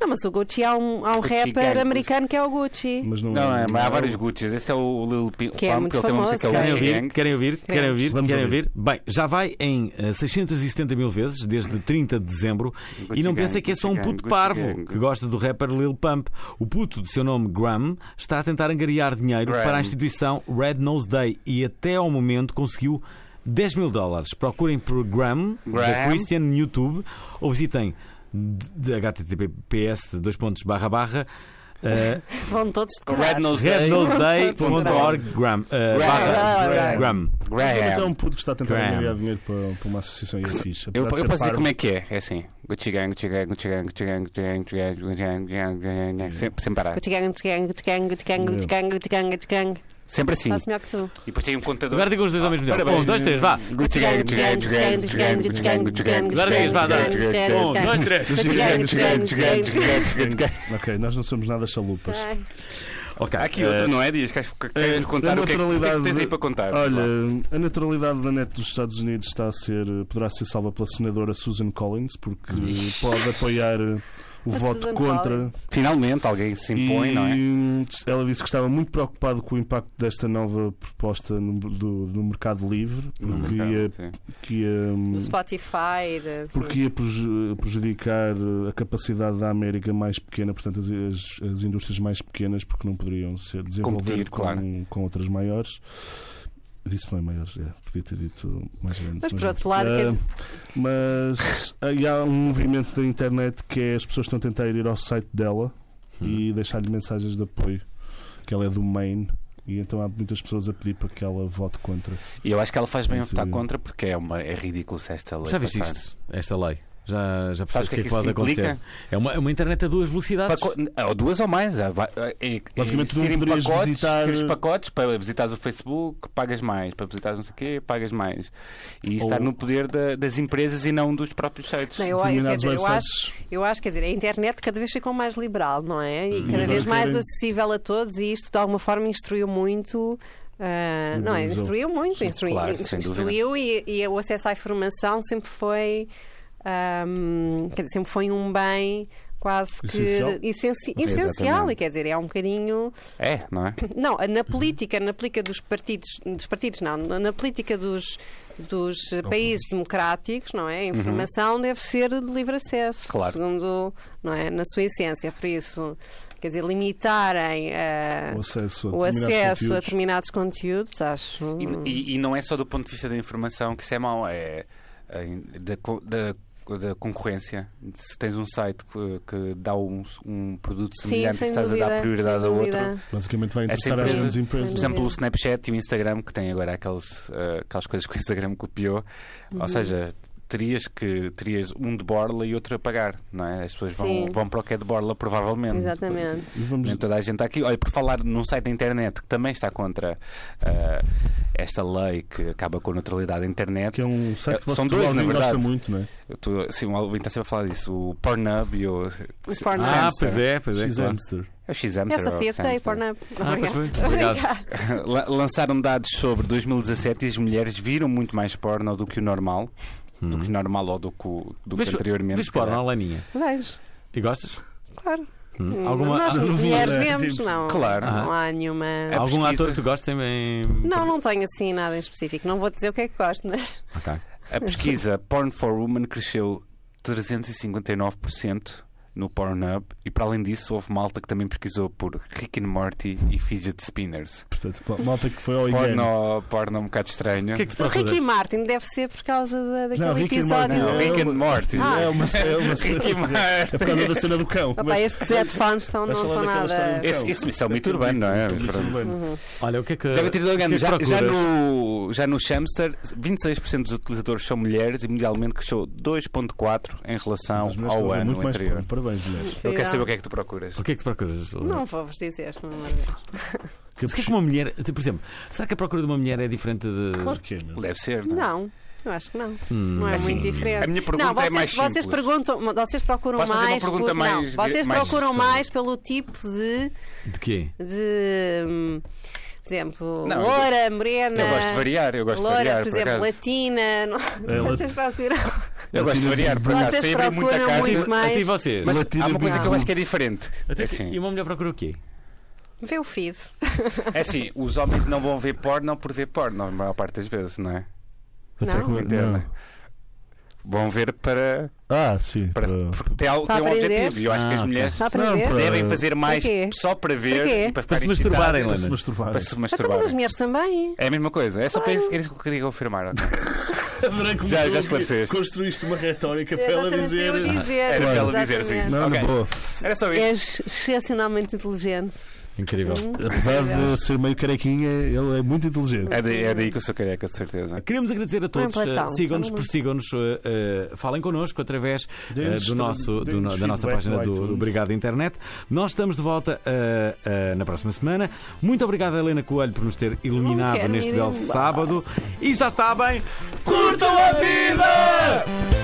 C: Não, mas o Gucci há um, há um
B: Gucci
C: rapper
B: Gang,
C: americano que é o Gucci.
D: mas não,
B: Não, é, mas há
D: não.
B: vários Gucci. Este é o Lil Pump,
C: Que é muito
B: ele tem uma
C: famoso,
B: música
C: cara.
A: Querem
B: Gucci
A: ouvir?
B: Gang.
A: Querem ouvir? Querem ouvir?
D: Vamos
A: Querem
D: ouvir.
A: ouvir? Bem, já vai em ah, 670 mil vezes desde 30 de dezembro
B: Gucci
A: e não
B: Gang,
A: pensem que é só um
B: Gucci Gang,
A: puto
B: Gucci
A: parvo
B: Gang.
A: que gosta do rapper Lil Pump. O puto de seu nome Graham está a tentar angariar dinheiro
B: Graham.
A: para a instituição Red Nose Day e até ao momento conseguiu 10 mil dólares. Procurem por Graham, da
B: Graham.
A: Christian no YouTube ou visitem https dois pontos barra barra ah,
C: Vão todos de
B: Red Nose Day.
A: rednoseday.org Graham, ah, barra
C: Graham.
A: Graham.
D: Até é
B: Graham.
D: um puto que está a tentar
A: Graham.
D: ganhar dinheiro para, para uma associação e é fixe.
B: Eu, eu
D: apesar de ser
B: posso dizer
D: parvo.
B: como é que é. É assim. Gucci Gang, Gucci Gang, Gucci Gang, Gucci Gang, Gucci Gang, Gucci Gang, Gucci Gang, Gucci Gang, Gucci Gang, Gucci Gang. Sempre- Sem parar.
C: Gucci Gang, Gucci Gang, Gucci Gang, Gucci Gang, Gucci Gang, Gucci Gang, Gucci Gang.
B: Sempre assim.
C: Faço melhor que tu.
B: E depois tem um contador.
A: Agora digam os dois ao mesmo tempo. Um, dois, três, vá.
B: Gucci Gang, Gucci Gang, Gucci Gang, Gucci Gang, Gucci Gang, Gucci Gang, Gucci
A: Agora
B: Gang,
A: digas, vá, dá.
B: Gucci Gang,
A: Um,
B: Gucci Gang,
A: dois, três.
B: Gucci Gang, Gucci Gang, Gucci Gang, Gucci Gang, Gucci Gang.
D: Ok, nós não somos nada chalupas.
C: Ai.
A: Ok.
B: Há aqui
A: eh,
B: outro, não é, Dias? Queres que- Queres-nos
D: eh,
B: contar
D: da
B: o que é que o que é que tens aí
D: naturalidade-
B: para contar?
D: Olha, a naturalidade da net dos Estados Unidos está a ser, poderá ser salva pela senadora Susan Collins, porque pode apoiar o
C: A
D: voto
C: Susan
D: contra.
C: Collins.
B: Finalmente alguém se impõe, não é?
D: e ela disse que estava muito preocupado com o impacto desta nova proposta no, do, no mercado livre,
B: No
D: porque
B: mercado,
D: ia,
B: sim.
D: que ia- hum,
C: Do Spotify. eh, de-
D: porque ia preju- prejudicar eh, a capacidade da América mais pequena, portanto, as, as- as indústrias mais pequenas, porque não poderiam ser desenvolver
B: Competir,
D: com,
B: claro.
D: com outras maiores. Disse bem maiores, é, podia ter dito mais grandes.
C: Mas, por outro lado,
D: Ah,
C: quer dizer-
D: mas aí há um movimento da internet que é as pessoas estão a tentar ir ao site dela e
B: Uhum.
D: deixar-lhe mensagens de apoio, que ela é do Maine. E então há muitas pessoas a pedir para que ela vote contra.
B: E eu acho que ela faz bem a
D: Muito
B: votar
D: bem.
B: contra porque é, uma, é ridículo se esta lei
A: Já viste
B: passar.
A: isto? Esta lei. Já, já
B: Sabes
A: percebes o que é que
B: isso
A: pode acontecer?
B: implica?
A: É uma, é uma internet a duas velocidades.
B: Paco- ah, duas ou mais. ah, vai- ah, é- é-
D: Basicamente, tu não
B: serem
D: poderias
B: pacotes,
D: visitar-
B: teres pacotes para visitares o Facebook, pagas mais. Para visitares não sei o quê, pagas mais. E isso
D: Ou-
B: está no poder da- das empresas e não dos próprios sites.
C: Não, eu, eu, quer
D: Determinados
C: dizer, eu,
D: websites-
C: acho, eu acho, quer dizer, a internet cada vez ficou mais liberal, não é? E cada
D: agora
C: vez mais
D: querem-
C: acessível a todos, e isto de alguma forma instruiu muito. ah, não é?
D: Liberalizou.
C: Instruiu muito, instrui-
B: claro, sem dúvida.
C: instruiu e, e o acesso à informação sempre foi. ahm, quer dizer, sempre foi um bem quase que
D: Essencial.
C: essenci-
B: Exatamente.
C: essencial. E quer dizer, é um bocadinho.
B: É, não é?
C: Não, na política, na política dos partidos, dos partidos não, na na política dos, dos eh, países democráticos, não é? A informação deve ser de livre acesso,
B: Claro.
C: segundo, não é? Na sua essência, por isso, quer dizer, limitarem eh,
D: O acesso a
C: o
D: determinados
C: acesso a
D: conteúdos.
C: determinados conteúdos, acho.
B: E, e- e não é só do ponto de vista da informação que isso é mau, é é, da, co- da da concorrência. Se tens um site que, que dá um, um produto
C: Sim,
B: semelhante e
C: sem
B: estás
C: dúvida.
B: a dar prioridade
C: sem
B: a outro.
C: dúvida.
D: Basicamente vai
B: Essa
D: interessar às
B: empresa-
D: grandes empresas.
B: Por exemplo, o Snapchat e o Instagram, que tem agora aqueles, eh, aquelas coisas que o Instagram copiou.
C: Uhum.
B: Ou seja, terias que terias um de borla e outro a pagar, não é? As pessoas vão,
C: Sim.
B: vão para o que é de borla, provavelmente.
C: Exatamente.
D: E vamos-
B: Nem toda a gente está aqui. Olha, por falar num site da internet que também está contra eh, esta lei que acaba com a neutralidade da internet.
D: Que é um site que
B: É,
D: você
B: são
D: tu,
B: dois,
D: alguém
B: na
D: gosta
B: verdade.
D: muito, não é?
B: Eu tô- sim, o Alvin está sempre a falar disso. O Pornhub e o.
C: O Pornhub.
A: Ah,
B: Samster.
A: pois é, pois é. claro.
D: X-Hamster.
B: É o X-Hamster.
C: Essa
B: ou
C: fia tem,
B: Samster.
C: Pornhub.
A: Ah, pois
C: Obrigada.
A: foi. Obrigado.
B: La- Lançaram dados sobre 2017 e as mulheres viram muito mais porno do que o normal. Do que o normal ou do que, o- do
A: Uhum. Vês-
B: que anteriormente.
A: Vês
B: se calhar.
A: porno, Laninha?
C: Vejo,
A: E gostas?
C: claro.
A: Hum. Alguma-
C: Nós,
A: ah, não vi,
C: mulheres,
D: né?
C: vemos,
D: Tipo,
C: não.
B: claro.
A: Ah.
C: Não há nenhuma.
B: A
A: Algum
B: é pesquisa-
A: ator que tu gostes também?
C: Não, não tenho assim nada em específico. Não vou dizer o que é que gosto, mas.
A: Ok.
B: A pesquisa Porn for Women cresceu 359% no Pornhub e, para além disso, houve malta que também pesquisou por Rick and Morty e Fidget Spinners.
D: Portanto, pá, malta que foi ao IGN.
B: Porno, porno um bocado estranho.
A: O que é que te
C: O Ricky
A: procuras?
C: Martin deve ser por causa da- daquele
D: Não, Rick and Morty.
C: episódio.
A: é?
B: Não, Rick and Morty.
C: Ah.
D: É uma é uma
B: Rick and Morty.
D: É por causa da cena do cão.
C: Opa,
D: Mas-
C: estes headphones estão, não
D: Mas
C: estão
D: falando daquela história
C: nada. Uhum.
D: do
B: Esse-
D: cão.
B: esse missão muito
D: Daquele
B: urbano, não é?
D: mito
B: Pronto.
D: urbano.
A: Olha, o que é que.
B: Deve ter ido alguém.
A: o que é que
B: Já, já
A: procuras?
B: no, já no Shamster, 26% dos utilizadores são mulheres e mundialmente cresceu 2,4% em relação
D: As mulheres
B: ao
D: fazem
B: ano
D: muito mais
B: anterior.
D: porno. Parabéns, mulheres.
B: Eu quero
C: Sim,
B: saber o que é que tu procuras.
A: O que é que te procuras? Laura?
C: Não vou-vos dizer, pelo amor de Deus.
D: Que
A: Mas o que é que uma mulher. Por exemplo, será que a procura de uma mulher é diferente de.
D: Porquê, meu?
B: Deve ser, não é?
C: Não, eu acho que não.
A: Hum.
C: Não é
B: Assim,
C: muito diferente.
B: a minha pergunta
C: não, vocês,
B: é mais
C: vocês
B: simples.
C: perguntam, vocês procuram
B: Posso fazer uma
C: mais,
B: pergunta
C: pelo-
B: mais
C: não, vocês
B: dire- mais-
C: procuram mais pelo tipo de,
A: De quê?
C: de hum, por exemplo,
B: Não, eu-
C: loura, morena,
B: Eu gosto de variar, eu gosto
C: loura,
B: de variar,
C: por
B: por,
C: exemplo,
B: acaso. É,
C: latina. não-
D: lat-
C: vocês procuram.
B: Eu gosto de variar, por acaso.
C: Vocês
B: Sem abrir muita
C: procuram
B: carta.
C: muito mais-
A: Até vocês.
B: Mas
D: Latina
B: há uma coisa que eu
D: Bilu.
B: acho que é diferente.
A: Até
B: É
A: que- E
B: assim,
A: uma mulher procura o quê?
C: Vê o feed.
B: é assim, os homens não vão ver porno não por ver porno, a maior parte das vezes, não é?
C: Não.
D: Não.
B: Interna. Vão ver para.
D: Ah, sim.
B: para
D: para-
B: porque tem, algo-
C: Para
B: tem um
C: aprender?
B: objetivo. E eu acho que as
A: Ah,
B: mulheres
C: Está a aprender?
D: Não, pá.
B: devem fazer mais
C: Para quê?
B: só para ver
C: Para quê?
B: e para
A: Para
B: ficarem
A: se masturbarem,
B: excitadas.
A: Lana.
D: para se masturbar.
B: Para se
C: Então, mas
B: masturbarem.
C: as mulheres também.
B: É a mesma coisa. É só para isso, era isso que eu queria confirmar. ok?
D: Adorei como
B: Já-
D: tu
B: já esclareceste.
D: Construíste uma retórica para
C: É
D: ela
C: exatamente o que eu
D: dizer.
C: ia dizer.
B: Era para ela dizer
C: Exatamente.
B: assim.
D: Não,
B: Ok.
D: na boa.
B: Era só isso.
C: És excepcionalmente inteligente.
A: Incrível.
D: Apesar de ser meio carequinha, ele é muito inteligente.
B: É, daí- é daí que eu sou careca, de certeza.
A: Queremos agradecer a todos.
C: Bem, Platão,
A: eh, Sigam-nos,
C: vamos.
A: persigam-nos, eh, eh, falem connosco através eh,
D: Dê-nos-
A: do nosso, do-
D: dê-nos
A: da nossa
D: feedback
A: página
D: no
A: do,
D: iTunes.
A: do Obrigado Internet. Nós estamos de volta eh, eh, na próxima semana. Muito obrigado, Helena Coelho, por nos ter iluminado
C: quero
A: neste
C: ir
A: belo
C: embora.
A: sábado. E já sabem, curtam a vida!